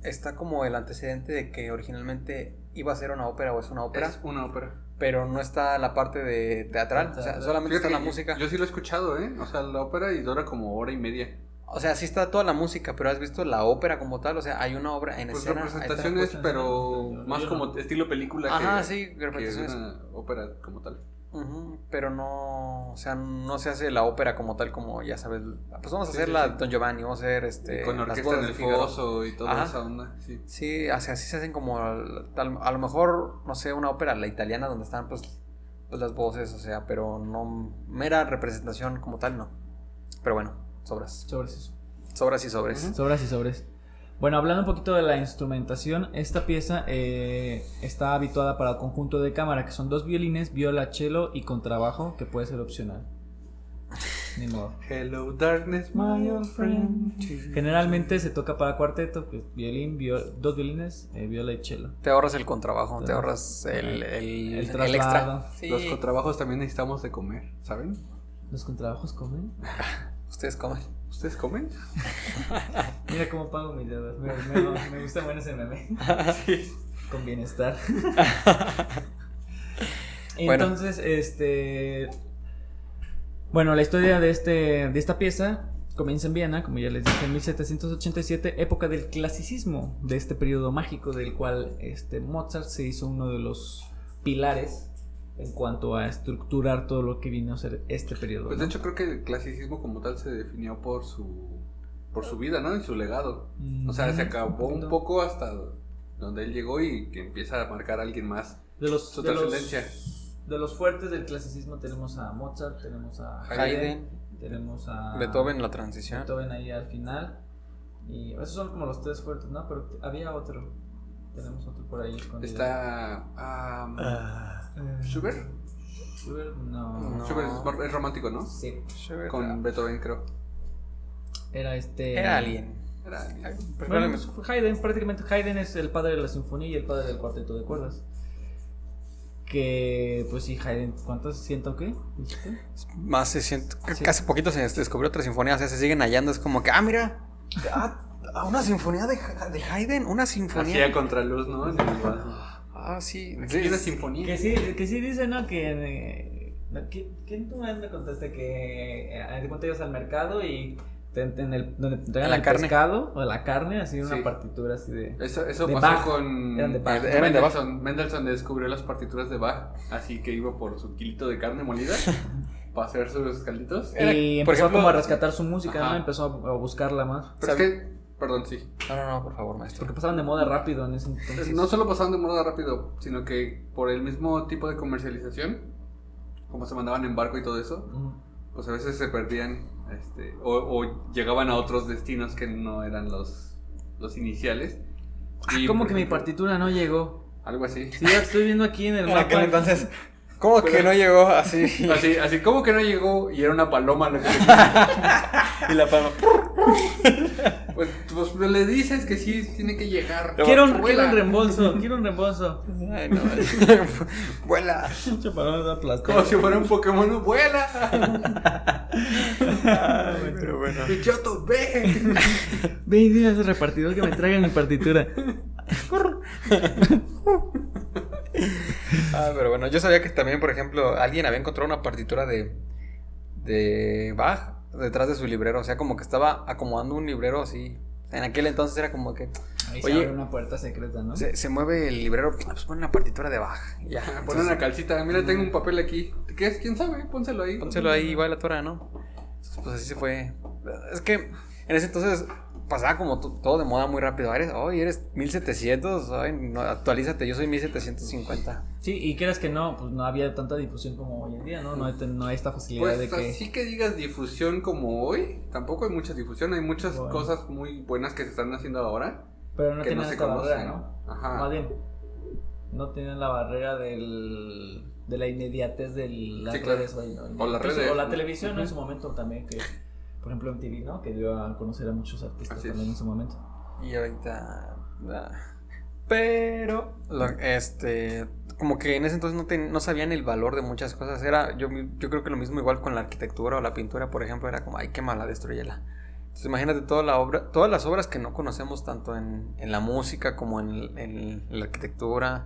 S2: está como el antecedente de que originalmente iba a ser una ópera o es una ópera,
S3: Es una ópera.
S2: pero no está la parte de teatral, o sea,
S1: Teatral.
S2: solamente
S3: Fíjate
S2: está la
S3: que
S2: música.
S3: Yo sí lo he escuchado, ¿eh? O sea, la ópera y dura como hora y media.
S2: O sea, sí está toda la música, pero has visto la ópera como tal, o sea, hay una obra en
S3: Pues
S2: escena. ahí está.
S3: representaciones,
S1: otra cosa,
S3: pero
S1: ¿no?
S3: más
S1: Yo
S3: como
S1: no.
S3: estilo película
S2: Ajá,
S3: que,
S2: sí,
S3: que
S2: representaciones.
S3: una ópera como tal.
S2: Ujú, pero no, o sea, no se hace la ópera como tal, como ya sabes, pues vamos a
S3: Sí,
S2: hacer
S3: sí,
S2: la
S3: sí.
S2: Don Giovanni, vamos a hacer este,
S3: Con
S2: las
S3: orquesta
S2: bodas
S3: en
S2: de
S3: el
S2: Fígaro.
S3: foso y toda
S2: Ajá.
S3: esa onda, sí.
S2: Sí, o sea, así se hacen como al- tal- a lo mejor, no sé, una ópera, la italiana, donde están pues, pues las voces, o sea, pero no mera representación como tal, no. Pero bueno, sobras.
S1: Sobres eso.
S2: Sobras y sobres.
S3: Ujú.
S1: Sobras y sobres. Bueno, hablando un poquito de la instrumentación, esta pieza eh, está habituada para el conjunto de cámara, que son dos violines, viola, cello y contrabajo, que puede ser opcional. Ni modo.
S3: Hello darkness, my old friend.
S1: Generalmente se toca para cuarteto, que es violín, viol- dos violines, eh, viola y cello.
S2: Te ahorras el contrabajo, te ahorras el, el,
S1: El
S2: el
S1: traslado.
S2: extra.
S3: Los
S2: Sí,
S3: contrabajos también necesitamos de comer, ¿saben?
S1: ¿Los contrabajos comen?
S2: ustedes comen.
S3: ¿Ustedes comen?
S1: Mira cómo pago mis deudas. Me, me- me gusta bueno ese meme.
S3: Ah,
S1: Con bienestar.
S2: Bueno.
S1: Entonces, este. Bueno, la historia de, este, de esta pieza comienza en Viena, como ya les dije, en 1787, época del clasicismo, de este periodo mágico del cual este, Mozart se hizo uno de los pilares en cuanto a estructurar todo lo que vino a ser este periodo.
S3: Pues de
S1: ¿no?
S3: hecho creo que el clasicismo como tal se definió por su por su vida, ¿no? Y su legado. O sea, se
S1: Ujú,
S3: acabó un
S1: poquito.
S3: poco hasta donde él llegó y que empieza a marcar a alguien más.
S1: De los,
S3: Su
S1: de los-
S3: trascendencia.
S1: de los fuertes del clasicismo tenemos a Mozart, tenemos a Haydn,
S2: Haydn,
S1: tenemos
S3: Ah.
S1: a
S2: Beethoven, la transición.
S1: Beethoven ahí al final. Y esos son como los tres fuertes, ¿no? Pero t- había otro. Tenemos otro por ahí escondido.
S3: Está am,
S2: Ah.
S1: Eh,
S3: Schubert.
S1: Schubert, no.
S2: No.
S3: Schubert es, mar- es romántico, ¿no?
S1: Sí,
S2: Schubert,
S3: Con Beethoven, creo.
S1: era este.
S2: Era alguien.
S3: Era-
S1: Bueno, Haydn, prácticamente Haydn es el padre de la sinfonía y el padre del cuarteto de cuerdas. Que, pues sí, Haydn, ¿cuántos? ¿Ciento qué? ¿Dijiste?
S2: Más se siente. c-
S1: Sí.
S2: Casi poquito se descubrió otra sinfonía. O sea, se siguen hallando. Es como que, ah, mira. Ah, ah, una sinfonía de, Ha- de Haydn. Una
S3: Hacía
S2: sinfonía.
S3: contraluz, ¿no? En el vaso.
S2: Ah, sí.
S3: Aquí
S2: Sí,
S3: hay una
S2: sí.
S3: sinfonía.
S1: Que sí, que sí dice, ¿no? Que... eh, que- ¿Quién tú me contaste que... eh, De cuenta ibas al mercado y... te- te- en el, donde te entregan
S2: La
S1: el
S2: carne.
S1: pescado o la carne, así una
S3: Sí.
S1: partitura así de...
S3: Eso, eso
S1: De
S3: pasó
S1: Bach.
S3: con
S1: Eran de Bach.
S3: con
S2: Eran de Bach.
S3: Mendelssohn. Mendelssohn descubrió las partituras de Bach, así que iba por su kilito de carne molida para hacer sus calditos.
S2: Era-
S1: y
S2: por
S1: empezó
S2: ejemplo,
S1: como a rescatar su música,
S3: ajá.
S1: ¿no? Empezó a, a buscarla más.
S3: Pero es que, perdón, sí.
S2: No, no, no, por favor, maestro.
S1: Porque pasaban de moda rápido en ese entonces.
S3: No solo pasaban de moda rápido, sino que por el mismo tipo de comercialización, como se mandaban en barco y todo eso,
S1: Ujú.
S3: pues a veces se perdían este, o, o llegaban a otros destinos que no eran los, los iniciales. Y,
S1: ¿Cómo
S3: por
S1: Ah, que mi
S3: ejemplo,
S1: partitura no llegó?
S3: Algo así.
S1: Sí, ya estoy viendo aquí en el
S2: En
S1: mapa.
S2: aquel entonces. ¿Cómo que
S3: Pero-
S2: no llegó así?
S3: Así, así como que no llegó y era una paloma lo que
S2: y la palma.
S3: Pues, pues le dices que sí tiene que llegar.
S1: Quiero un, quiero
S3: Vuela.
S1: un reembolso, quiero un reembolso.
S2: Ay, no. Vuela.
S1: Chaparrón de
S3: Como si fuera un Pokémon, ¿no? vuela.
S2: Ay, pero bueno.
S3: Pichoto, ve.
S1: Ve y dile al repartidor que me traigan mi partitura.
S2: Ah, pero bueno, yo sabía que también, por ejemplo, alguien había encontrado una partitura de, de Bach detrás de su librero. O sea, como que estaba acomodando un librero así. En aquel entonces era como que
S1: Ahí
S2: Oye.
S1: se abre una puerta secreta, ¿no?
S2: se, se mueve el librero, ah, pues pone una partitura de Bach. y Ya,
S3: Pon
S2: entonces,
S3: una calcita. Mira, tengo un papel aquí. ¿Qué es? ¿Quién sabe? Pónselo ahí.
S2: pónselo ahí y va la tora, ¿no? Entonces, pues así se fue. Es que en ese entonces pasaba como to- todo de moda muy rápido. Ay, Eres, ay, eres 1700, ay, no, actualízate, yo soy 1750.
S1: Sí, y creas que no, pues no había tanta difusión como hoy en día, ¿no? No hay, ten- no hay esta facilidad
S3: Pues
S1: de que...
S3: así que digas difusión como hoy, tampoco hay mucha difusión. Hay muchas
S1: Bueno.
S3: cosas muy buenas que se están haciendo ahora
S1: Pero no
S3: que no Ah.
S1: tenían
S3: se
S1: esta barrera,
S3: conocen.
S1: ¿no? Más
S3: Ajá.
S1: bien, no tenían la barrera del, de la inmediatez de las
S3: Sí, claro.
S1: redes hoy, ¿no?
S3: O las
S1: Incluso-
S3: redes,
S1: O la
S3: ¿no?
S1: televisión ¿no? en
S3: Ujú.
S1: su momento también, que por ejemplo MTV, ¿no? Que dio a conocer a muchos artistas
S3: Así
S1: también
S3: es.
S1: en su momento.
S2: Y ahorita. ah. Pero. lo- este. Como que en ese entonces no, ten- no sabían el valor de muchas cosas. Era, yo, yo creo que lo mismo igual con la arquitectura o la pintura, por ejemplo, era como, ay, qué mala, destruyela. Entonces imagínate toda la obra, todas las obras que no conocemos tanto en, en la música como en, en la arquitectura,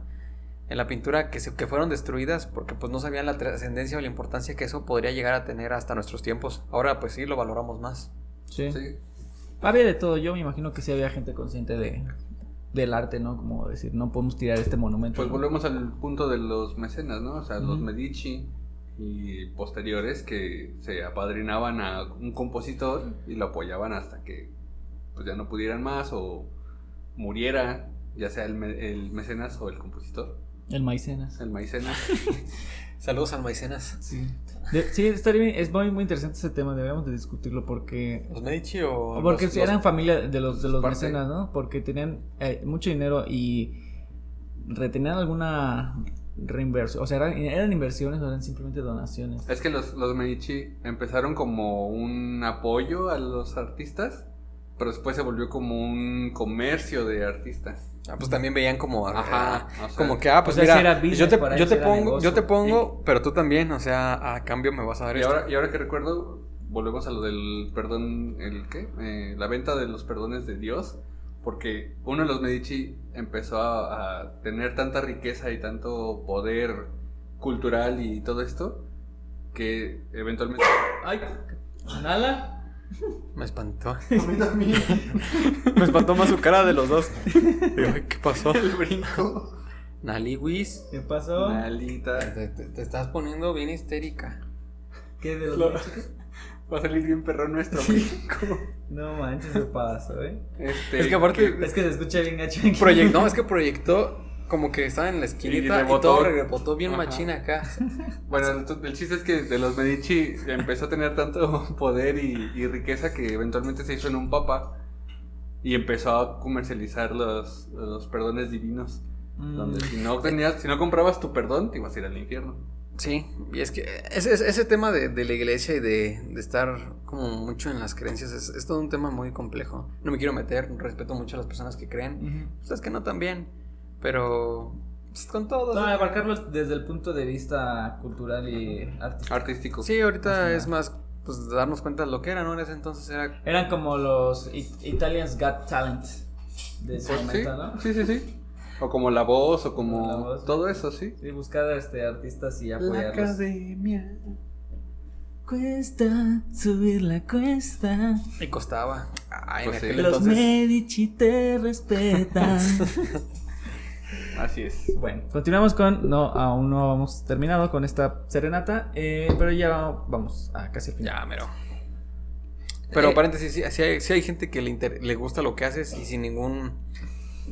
S2: en la pintura, que, se, que fueron destruidas porque pues no sabían la trascendencia o la importancia que eso podría llegar a tener hasta nuestros tiempos. Ahora pues sí, lo valoramos más.
S1: Sí.
S3: Sí.
S1: Había de todo. Yo me imagino que sí había gente consciente de, del arte, ¿no? Como decir, no podemos tirar este monumento.
S3: Pues
S1: ¿no?
S3: volvemos al punto de los mecenas, ¿no? O sea, los
S1: Ujú.
S3: Medici y posteriores que se apadrinaban a un compositor y lo apoyaban hasta que pues ya no pudieran más o muriera, ya sea el, me- el mecenas o el compositor,
S1: El maicenas.
S3: el maicenas.
S2: Saludos al Maicenas.
S1: Sí. De- sí, estaría bien- Es muy, muy interesante ese tema. Deberíamos de discutirlo porque...
S2: ¿Los Medici o...?
S1: Porque
S2: los-
S1: sí, eran familia de los, de los
S3: parte-
S1: mecenas, ¿no? Porque tenían eh, mucho dinero y retenían alguna reinversión. O sea, eran, eran inversiones o eran simplemente donaciones.
S3: Es que los, los Medici empezaron como un apoyo a los artistas, pero después se volvió como un comercio de artistas.
S2: los- Ah, pues también veían como...
S3: Ajá,
S2: ah,
S3: o sea,
S2: como que, ah,
S1: o
S2: pues
S1: sea,
S2: mira,
S1: sí era business
S2: yo te,
S1: para
S2: yo
S1: ellos,
S2: te
S1: era
S2: pongo,
S1: negocio.
S2: yo te pongo, pero tú también, o sea, a cambio me vas a dar
S3: Y
S2: esto.
S3: ahora, y ahora que recuerdo, volvemos a lo del perdón, ¿el qué? Eh, la venta de los perdones de Dios, porque uno de los Medici empezó a, a tener tanta riqueza y tanto poder cultural y todo esto, que eventualmente...
S1: Ay, Nala.
S2: Me espantó. me espantó más su cara de los dos. Digo, "Ay, ¿qué pasó?
S3: brinco.
S2: Naliwis,
S1: ¿Qué pasó?
S3: Malita.
S2: te, te- te estás poniendo bien histérica.
S1: ¿Qué de los
S3: Lo-
S1: Mexicas?
S3: Va a salir bien perro nuestro México.
S1: No manches, se pasó, ¿eh?
S3: Este,
S2: Es que aparte-
S1: Es que se escucha bien gacho aquí.
S2: Proyectó, es que proyectó como que estaba en la esquinita y,
S3: rebotó.
S2: todo rebotó bien
S3: Ajá.
S2: machina acá.
S3: Bueno, el, el chiste es que de los Medici empezó a tener tanto poder y, y riqueza que eventualmente se hizo en un papa y empezó a comercializar los, los perdones divinos.
S1: Mm,
S3: Donde si no, tenías, si no comprabas tu perdón, te ibas a ir al infierno.
S2: Sí, y es que ese, ese- ese tema de, de la iglesia y de, de estar como mucho en las creencias es, es todo un tema muy complejo. No me quiero meter, respeto mucho a las personas que creen,
S1: ujú.
S2: las Pues que no también, pero pues, con todo.
S1: No, abarcarlo desde el punto de vista cultural y artístico.
S3: Artístico.
S2: Pues Sí,
S1: Más que
S2: ahorita
S1: nada.
S2: es más, pues darnos cuenta de lo que era, ¿no? En ese entonces era...
S1: Eran como los It- Italians Got Talent de ese
S3: Pues sí,
S1: momento, ¿no?
S3: sí, sí, sí. O como la voz, o como
S1: La voz.
S3: todo eso, sí.
S1: Sí, buscar este, artistas y apoyarlos.
S3: academia.
S1: Cuesta subir la cuesta.
S2: Y costaba. Ah, en
S3: Pues sí.
S2: aquel
S3: Los
S2: entonces...
S1: Medici te respetan.
S3: Así es.
S1: bueno, continuamos con. No, aún no hemos terminado con esta serenata, eh, pero ya vamos a casi el final.
S2: Ya, mero. Pero
S1: Eh,
S2: paréntesis, sí, sí hay, sí hay gente que le, inter- le gusta lo que haces y sin ningún...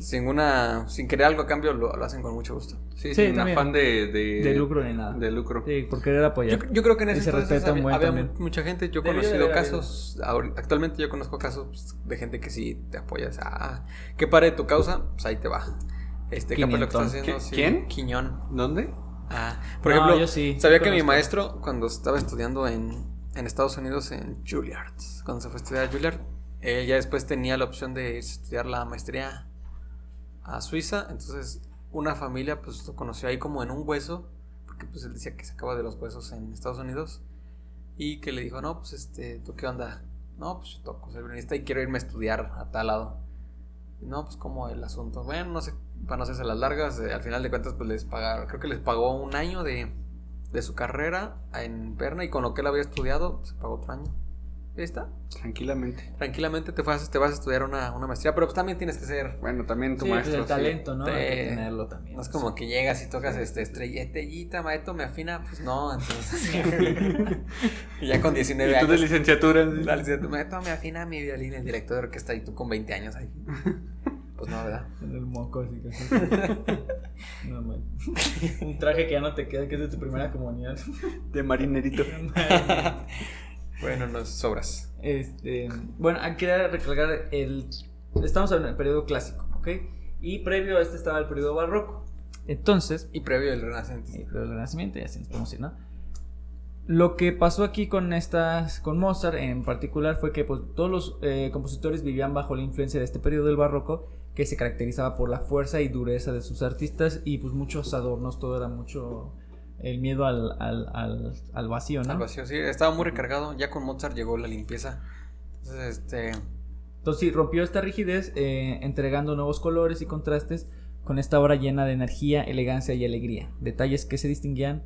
S2: Sin una... Sin querer algo a cambio lo, lo hacen con mucho gusto.
S3: Sí,
S1: Sí,
S3: sin
S1: también.
S3: afán de, de,
S1: De lucro ni nada.
S3: Eh, de lucro.
S1: Sí, por querer
S2: Yo,
S1: apoyar.
S2: yo creo que en
S1: Y
S2: ese
S1: se
S2: entonces
S1: respeta un
S2: había,
S1: buen
S2: había
S1: también.
S2: mucha gente. Yo he
S1: Debió de
S2: conocido
S1: haber habido.
S2: casos... ahori- Actualmente yo conozco casos pues, de gente que sí te apoyas. Ah, que pare tu causa, pues ahí te va. Este, capaz lo que estás
S1: Quinientón.
S2: haciendo...
S3: ¿Qui-
S2: sí.
S3: quién?
S2: Quiñón.
S3: ¿Dónde?
S2: Ah, por
S1: No,
S2: ejemplo,
S1: yo sí,
S2: sabía
S1: sí
S2: que mi
S1: conozco.
S2: maestro, cuando estaba estudiando en, en Estados Unidos, en Juilliard, cuando se fue a estudiar a Juilliard, él ya después tenía la opción de irse a estudiar la maestría a Suiza, entonces una familia pues lo conoció ahí como en un hueso, porque pues él decía que sacaba de los huesos en Estados Unidos, y que le dijo, no, pues este, ¿tú qué onda? No, pues yo toco soy violinista y quiero irme a estudiar a tal lado. No, pues como el asunto. Bueno, no sé, para no hacerse las largas, eh, al final de cuentas, pues les pagaron, creo que les pagó un año de, de su carrera en Berna y con lo que él había estudiado, se pagó otro año. Ahí está.
S3: Tranquilamente.
S2: Tranquilamente te, vas, te vas a estudiar una, una maestría, pero pues también tienes que ser.
S3: Bueno, también tu
S1: Sí, pues,
S3: maestro.
S1: el
S3: sí.
S1: talento, ¿no?
S2: Sí.
S1: Hay que tenerlo también.
S2: No es como que llegas y tocas este estrellita, maestro, me afina. Pues no, entonces. y ya con 19
S3: Y tú de
S2: años.
S3: licenciatura.
S2: La licenciatura, maestro, me afina mi violín, el director de orquesta, y tú con 20 años ahí. Pues no, ¿verdad?
S1: En el moco, así que. no, man. Un traje que ya no te queda, que es de tu primera comunión.
S3: De marinerito.
S2: Bueno, nos sobras.
S1: este, bueno, aquí quería recalcar el. Estamos en el periodo clásico, ¿ok? Y previo a este estaba el periodo barroco. Entonces,
S2: Y previo el renacentista.
S1: el periodo del Renacimiento, ya así nos podemos ir, ¿no? Lo que pasó aquí con estas, con Mozart en particular fue que pues, todos los eh, compositores vivían bajo la influencia de este periodo del barroco que se caracterizaba por la fuerza y dureza de sus artistas y pues muchos adornos, todo era mucho el miedo al, al, al, al vacío, ¿no?
S2: Al vacío, sí, estaba muy recargado, ya con Mozart llegó la limpieza. Entonces, este,
S1: Entonces sí, rompió esta rigidez eh, entregando nuevos colores y contrastes con esta obra llena de energía, elegancia y alegría. Detalles que se distinguían,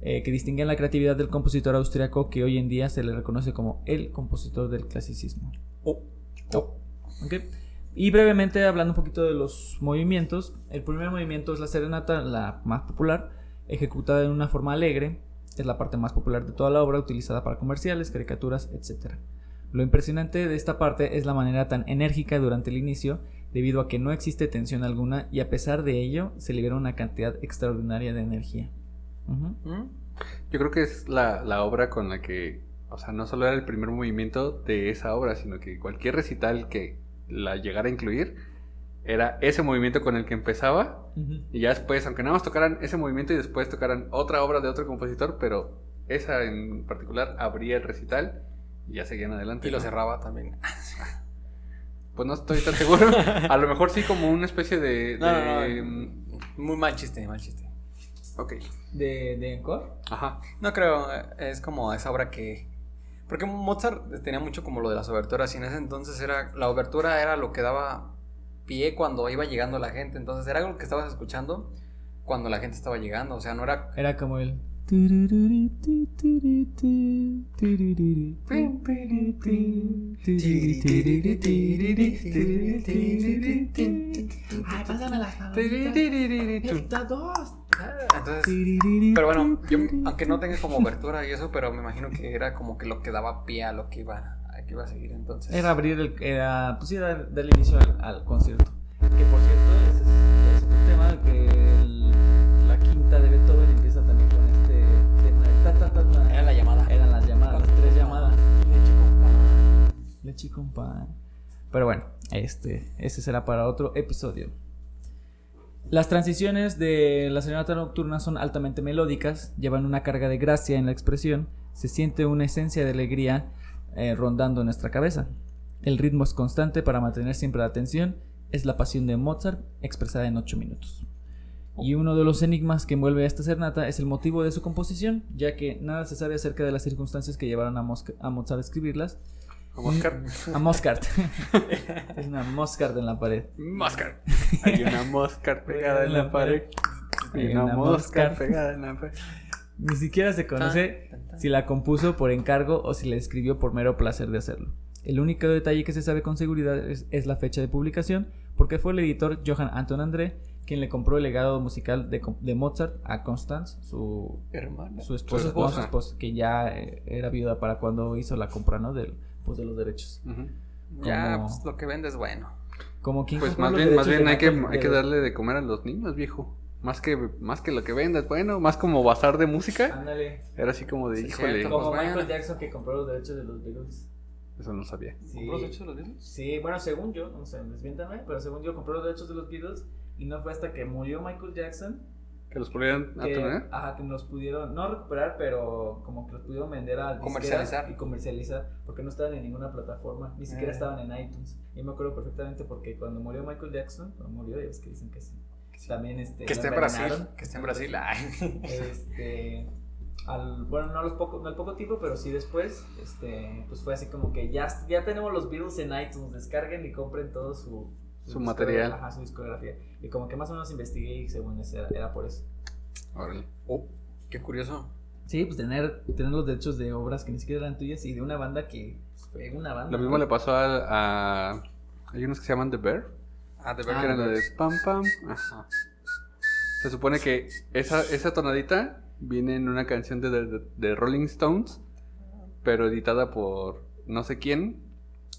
S1: eh, que distinguían la creatividad del compositor austriaco que hoy en día se le reconoce como el compositor del clasicismo.
S2: oh, oh,
S1: Ok. Y brevemente hablando un poquito de los movimientos, el primer movimiento es la serenata, la más popular, ejecutada en una forma alegre, es la parte más popular de toda la obra, utilizada para comerciales, caricaturas, etc. Lo impresionante de esta parte es la manera tan enérgica durante el inicio, debido a que no existe tensión alguna y a pesar de ello se libera una cantidad extraordinaria de energía. Ujú.
S2: ¿Mm?
S3: Yo creo que es la, la obra con la que, o sea, no solo era el primer movimiento de esa obra, sino que cualquier recital que la llegara a incluir era ese movimiento con el que empezaba
S1: Ujú.
S3: y ya después, aunque nada más tocaran ese movimiento y después tocaran otra obra de otro compositor, pero esa en particular abría el recital y ya seguían adelante.
S2: y lo
S3: ¿no?
S2: cerraba también.
S3: Pues no estoy tan seguro. A lo mejor sí como una especie de...
S2: No, no,
S3: de- mm,
S2: no, Eh, muy mal chiste, mal chiste.
S3: Ok.
S1: ¿De, de encore?
S3: Ajá.
S2: No creo, eh, es como esa obra que... Porque Mozart tenía mucho como lo de las oberturas y en ese entonces era... La obertura era lo que daba pie cuando iba llegando la gente, entonces era algo que estabas escuchando cuando la gente estaba llegando, o sea, no era...
S1: Era como el... Ay, pásame las palomitas. Estas dos.
S2: Entonces, pero bueno, yo, aunque no tenga como obertura y eso, pero me imagino que era como que lo que daba pie a lo que iba, a que iba a seguir entonces.
S1: Era abrir el. Era, pues sí, dar, darle inicio al, al concierto. Que por cierto, ese es, es un tema que el- la quinta de Beethoven empieza también con este tema de ta, ta, ta, ta.
S2: Era la llamada.
S1: Eran las llamadas, las tres llamadas.
S2: Leche con pan.
S1: Leche con pan. Pero bueno, este, este será para otro episodio. Las transiciones de la serenata nocturna son altamente melódicas, llevan una carga de gracia en la expresión, se siente una esencia de alegría eh, rondando nuestra cabeza. El ritmo es constante para mantener siempre la atención, es la pasión de Mozart expresada en 8 minutos. Y uno de los enigmas que envuelve a esta serenata es el motivo de su composición, ya que nada se sabe acerca de las circunstancias que llevaron a, Mosca- a Mozart a escribirlas,
S3: Como Oscar.
S1: a Moscart. es una Moscart en la pared.
S3: Moscar. Hay una mosca pegada en la pared. Hay una mosca pegada en la pared.
S1: Ni siquiera se conoce
S2: Tan,
S3: Ah.
S2: tan, tan.
S1: si la compuso por encargo o si la escribió por mero placer de hacerlo. El único detalle que se sabe con seguridad es, es la fecha de publicación, porque fue el editor Johann Anton André quien le compró el legado musical de, com- de Mozart a Constance, su,
S2: Hermana.
S1: su esposa,
S3: Su
S1: no,
S3: esposa.
S1: esposa, que ya eh, era viuda para cuando hizo la compra ¿no? del, pues, de los derechos.
S3: Ujú.
S2: Ya,
S1: Como-
S2: pues lo que vende es bueno.
S1: Como quien
S3: Pues
S1: compró
S3: más
S1: los
S3: bien, más
S1: derechos
S3: bien
S1: de
S3: hay que,
S1: Michael-
S3: hay que
S1: de-
S3: darle de comer a los niños, viejo. Más que, más que lo que vendas, bueno, más como bazar de música.
S1: Ándale.
S3: Era así como de,
S2: Sí,
S3: híjole,
S2: cierto.
S1: Como
S2: Pues
S1: Michael
S2: bueno.
S1: Jackson que compró los derechos de los Beatles.
S3: eso no sabía.
S1: Sí. Sí, bueno, según yo, no sé, desmiéntame, pero según yo compró los derechos de los Beatles y no fue hasta que murió Michael Jackson
S3: Que los pudieran
S2: Ah,
S1: que,
S3: atonar.
S1: ajá, que nos pudieron, no recuperar, pero como que los pudieron vender a disqueras
S2: Comercializar.
S1: y comercializar porque no estaban en ninguna plataforma, ni siquiera
S2: Ah.
S1: estaban en iTunes. Y me acuerdo perfectamente porque cuando murió Michael Jackson, cuando murió, ya ves que dicen que sí. También este,
S2: Que
S1: lo
S2: esté en Brasil.
S1: envenenaron.
S2: Que esté en Brasil. Ay.
S1: este al, bueno no al poco no al poco tiempo pero sí después este pues fue así como que ya ya tenemos los Beatles en iTunes descarguen y compren todo su
S3: Su
S1: discogra-
S3: material.
S1: ajá, su discografía y como que más o menos investigué y según eso era, era por eso
S3: Órale.
S2: Oh, qué curioso.
S1: sí pues tener tener los derechos de obras que ni siquiera eran tuyas y de una banda que pues, fue una banda
S3: Lo mismo le pasó a, a- Hay unos que se llaman The Bear.
S2: Ah, de
S3: Que
S2: verdad.
S3: eran la de pam pam. Ajá. Se supone que esa, esa tonadita viene en una canción de, de- de Rolling Stones, pero editada por no sé quién.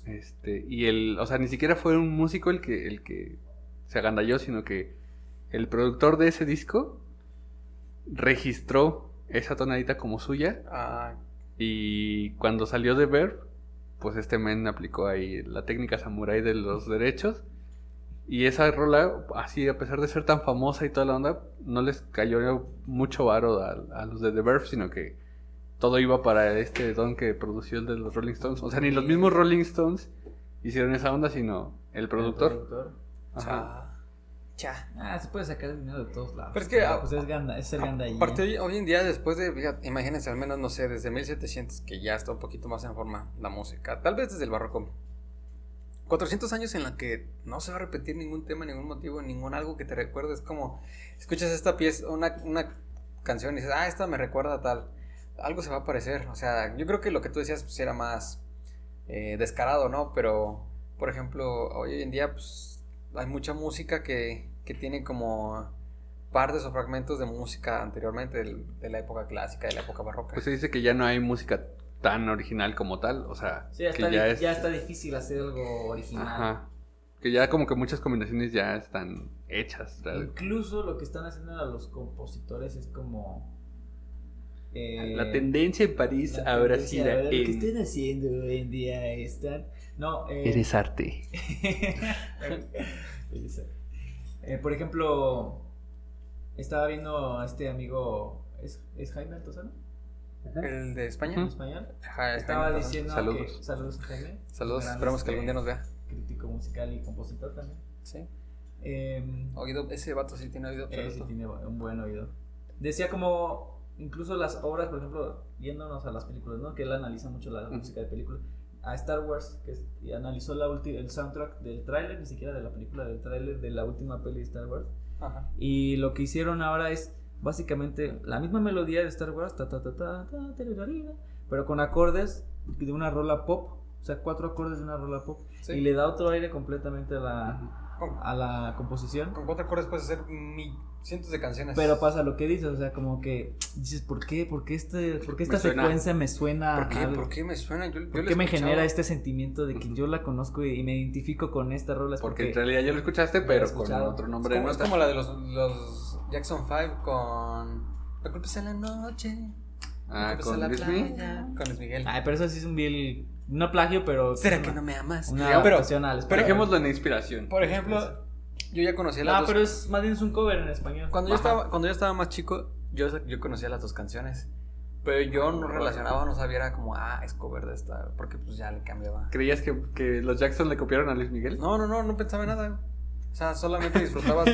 S3: Este, y el, o sea, ni siquiera fue un músico el que, el que se agandalló, sino que el productor de ese disco registró esa tonadita como suya.
S2: Ah,
S3: Y cuando salió de Verb, pues este men aplicó ahí la técnica samurái de los derechos. Y esa rola, así a pesar de ser tan famosa y toda la onda, no les cayó mucho varo a, a los de The Verb, sino que todo iba para este don que produció el de los Rolling Stones. O sea, ni los mismos Rolling Stones hicieron esa onda, sino el productor. Ajá.
S2: Cha. Cha.
S1: Ah, se puede sacar dinero de todos lados.
S2: Pero es que,
S1: Ah,
S2: a-
S1: pues es ganda, es el ganda ahí.
S2: Aparte, hoy, hoy en día, después de, fíjate, imagínense, al menos, no sé, desde 1700, que ya está un poquito más en forma la música, tal vez desde el barroco, 400 años en la que no se va a repetir ningún tema, ningún motivo, ningún algo que te recuerde, es como, escuchas esta pieza, una, una canción y dices, ah, esta me recuerda a tal, algo se va a parecer, o sea, yo creo que lo que tú decías pues, era más eh, descarado, ¿no? Pero, por ejemplo, hoy en día, pues, hay mucha música que, que tiene como partes o fragmentos de música anteriormente del- de la época clásica, de la época barroca.
S3: Pues se dice que ya no hay música tan original como tal. O sea,
S1: Sí, ya
S3: que
S1: está, di- ya está difícil hacer algo original.
S3: Ajá. Que ya como que muchas combinaciones ya están hechas. o sea,
S1: Incluso lo que están haciendo a los compositores es como. eh,
S3: la tendencia en París
S1: la
S3: ahora sí
S1: tendencia, a ver, Lo que
S3: en-
S1: estén haciendo hoy en día están. No, eh,
S3: eres arte.
S1: Eres- eh, por ejemplo, estaba viendo a este amigo. ¿Es, es Jaime Altozano?
S2: El de España.
S1: ¿En español?
S2: Ajá,
S1: Estaba
S2: España,
S1: diciendo
S3: Saludos.
S1: que. Saludos, Jaime.
S2: perdón. Saludos,
S1: Gran,
S2: esperamos que
S1: este,
S2: algún día nos vea.
S1: Crítico musical y compositor también.
S2: Sí.
S1: Em,
S2: Oído, ese vato sí tiene oído.
S1: Eh, sí,
S2: absoluto.
S1: tiene un buen oído. Decía como, incluso las obras, por ejemplo, yéndonos a las películas, ¿no? Que él analiza mucho la
S3: Ujú.
S1: música de películas. A Star Wars, que es- y analizó la ulti- el soundtrack del tráiler, ni siquiera de la película, del tráiler de la última peli de Star Wars.
S2: Ajá.
S1: Y lo que hicieron ahora es básicamente la misma melodía de Star Wars, ta, ta, ta, ta, ta, tererarira, pero con acordes de una rola pop, o sea, cuatro acordes de una rola pop,
S2: Sí.
S1: y le da otro aire completamente a la,
S2: Con,
S1: a la composición.
S2: con cuatro acordes puedes hacer mi- cientos de canciones.
S1: Pero pasa lo que dices, o sea, como que dices, ¿por qué? ¿Por qué, este, por qué esta
S3: Me suena.
S1: secuencia me suena?
S2: ¿Por qué?
S1: a algo?
S2: ¿Por qué me suena? Yo, yo
S1: ¿Por
S2: lo
S1: qué me
S2: escuchaba.
S1: genera este sentimiento de que yo la conozco y, y me identifico con esta rola? Es
S3: Porque
S1: porque,
S3: en realidad ya lo escuchaste,
S1: Lo he
S3: pero con
S1: escuchado.
S3: otro
S2: Es
S3: nombre de
S2: como, es
S3: nota.
S2: como la de los, los Jackson 5 con. La culpa es en la noche. la
S3: Ah,
S2: culpa es en
S3: con
S2: la
S3: Luis Miguel. Ah,
S2: playa, Con Luis Miguel.
S1: Ay, pero eso sí es un vil, no plagio, pero...
S2: ¿Será
S1: una,
S2: que no me amas?
S1: Una
S2: Pero-
S1: adaptación al español.
S3: Dejémoslo en inspiración.
S2: Por ejemplo, yo ya conocía las
S1: Ah,
S2: dos.
S1: pero es más bien es un cover en español.
S2: Cuando yo,
S3: Ajá.
S2: estaba, cuando yo estaba más chico, yo, yo conocía las dos canciones. Pero yo no relacionaba, no sabía, era como, ah, es cover de esta. Porque pues ya le cambiaba.
S3: ¿Creías que, que los Jackson le copiaron a Luis Miguel?
S2: No, no, no, no pensaba en nada. O sea, solamente disfrutabas.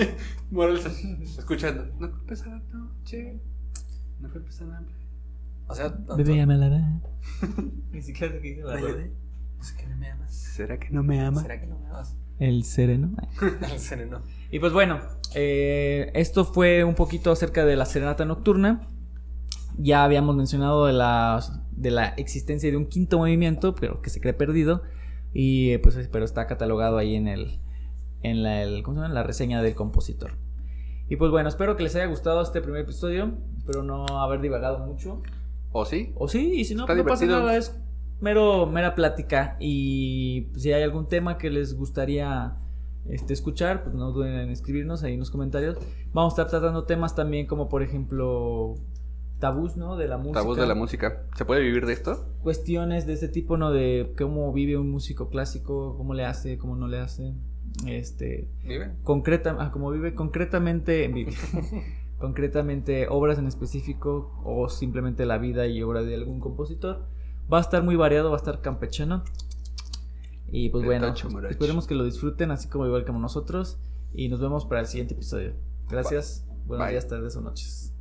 S3: Morales escuchando. No fue empezar la noche. No fue empezar la
S2: O sea,
S1: la
S2: tanto-
S1: Ni siquiera sé qué dice la rola.
S2: Bebé, es que no Pues, me amas.
S3: ¿Será que no me ama?
S2: ¿Será que no me amas?
S1: El sereno.
S2: El sereno.
S1: Y pues bueno, eh, esto fue un poquito acerca de la serenata nocturna. Ya habíamos mencionado de la, de la existencia de un quinto movimiento, pero que se cree perdido. Y eh, pues es- pero está catalogado ahí en el. En la, el- ¿cómo se llama? En la reseña del compositor. Y pues bueno, espero que les haya gustado este primer episodio. Espero no haber divagado mucho.
S3: ¿O sí?
S1: O sí, y si no,
S3: Está
S1: no pasa
S3: divertido.
S1: nada, es mero, mera plática. Y pues, si hay algún tema que les gustaría este, escuchar, pues no duden en escribirnos ahí en los comentarios. Vamos a estar tratando temas también como, por ejemplo, tabús, ¿no? De la música.
S3: La voz de la música. ¿Se puede vivir de esto?
S1: Cuestiones de este tipo, ¿no? De cómo vive un músico clásico, cómo le hace, cómo no le hace. Este,
S2: ¿Viven?
S1: concreta, ah, como vive concretamente, vive. concretamente obras en específico o simplemente la vida y obra de algún compositor. Va a estar muy variado, va a estar campechano. Y pues
S3: De
S1: bueno,
S3: Tacho Moracho.
S1: esperemos que lo disfruten así como igual como nosotros y nos vemos para el siguiente episodio. Gracias, buenos
S3: Bye.
S1: días, tardes o noches.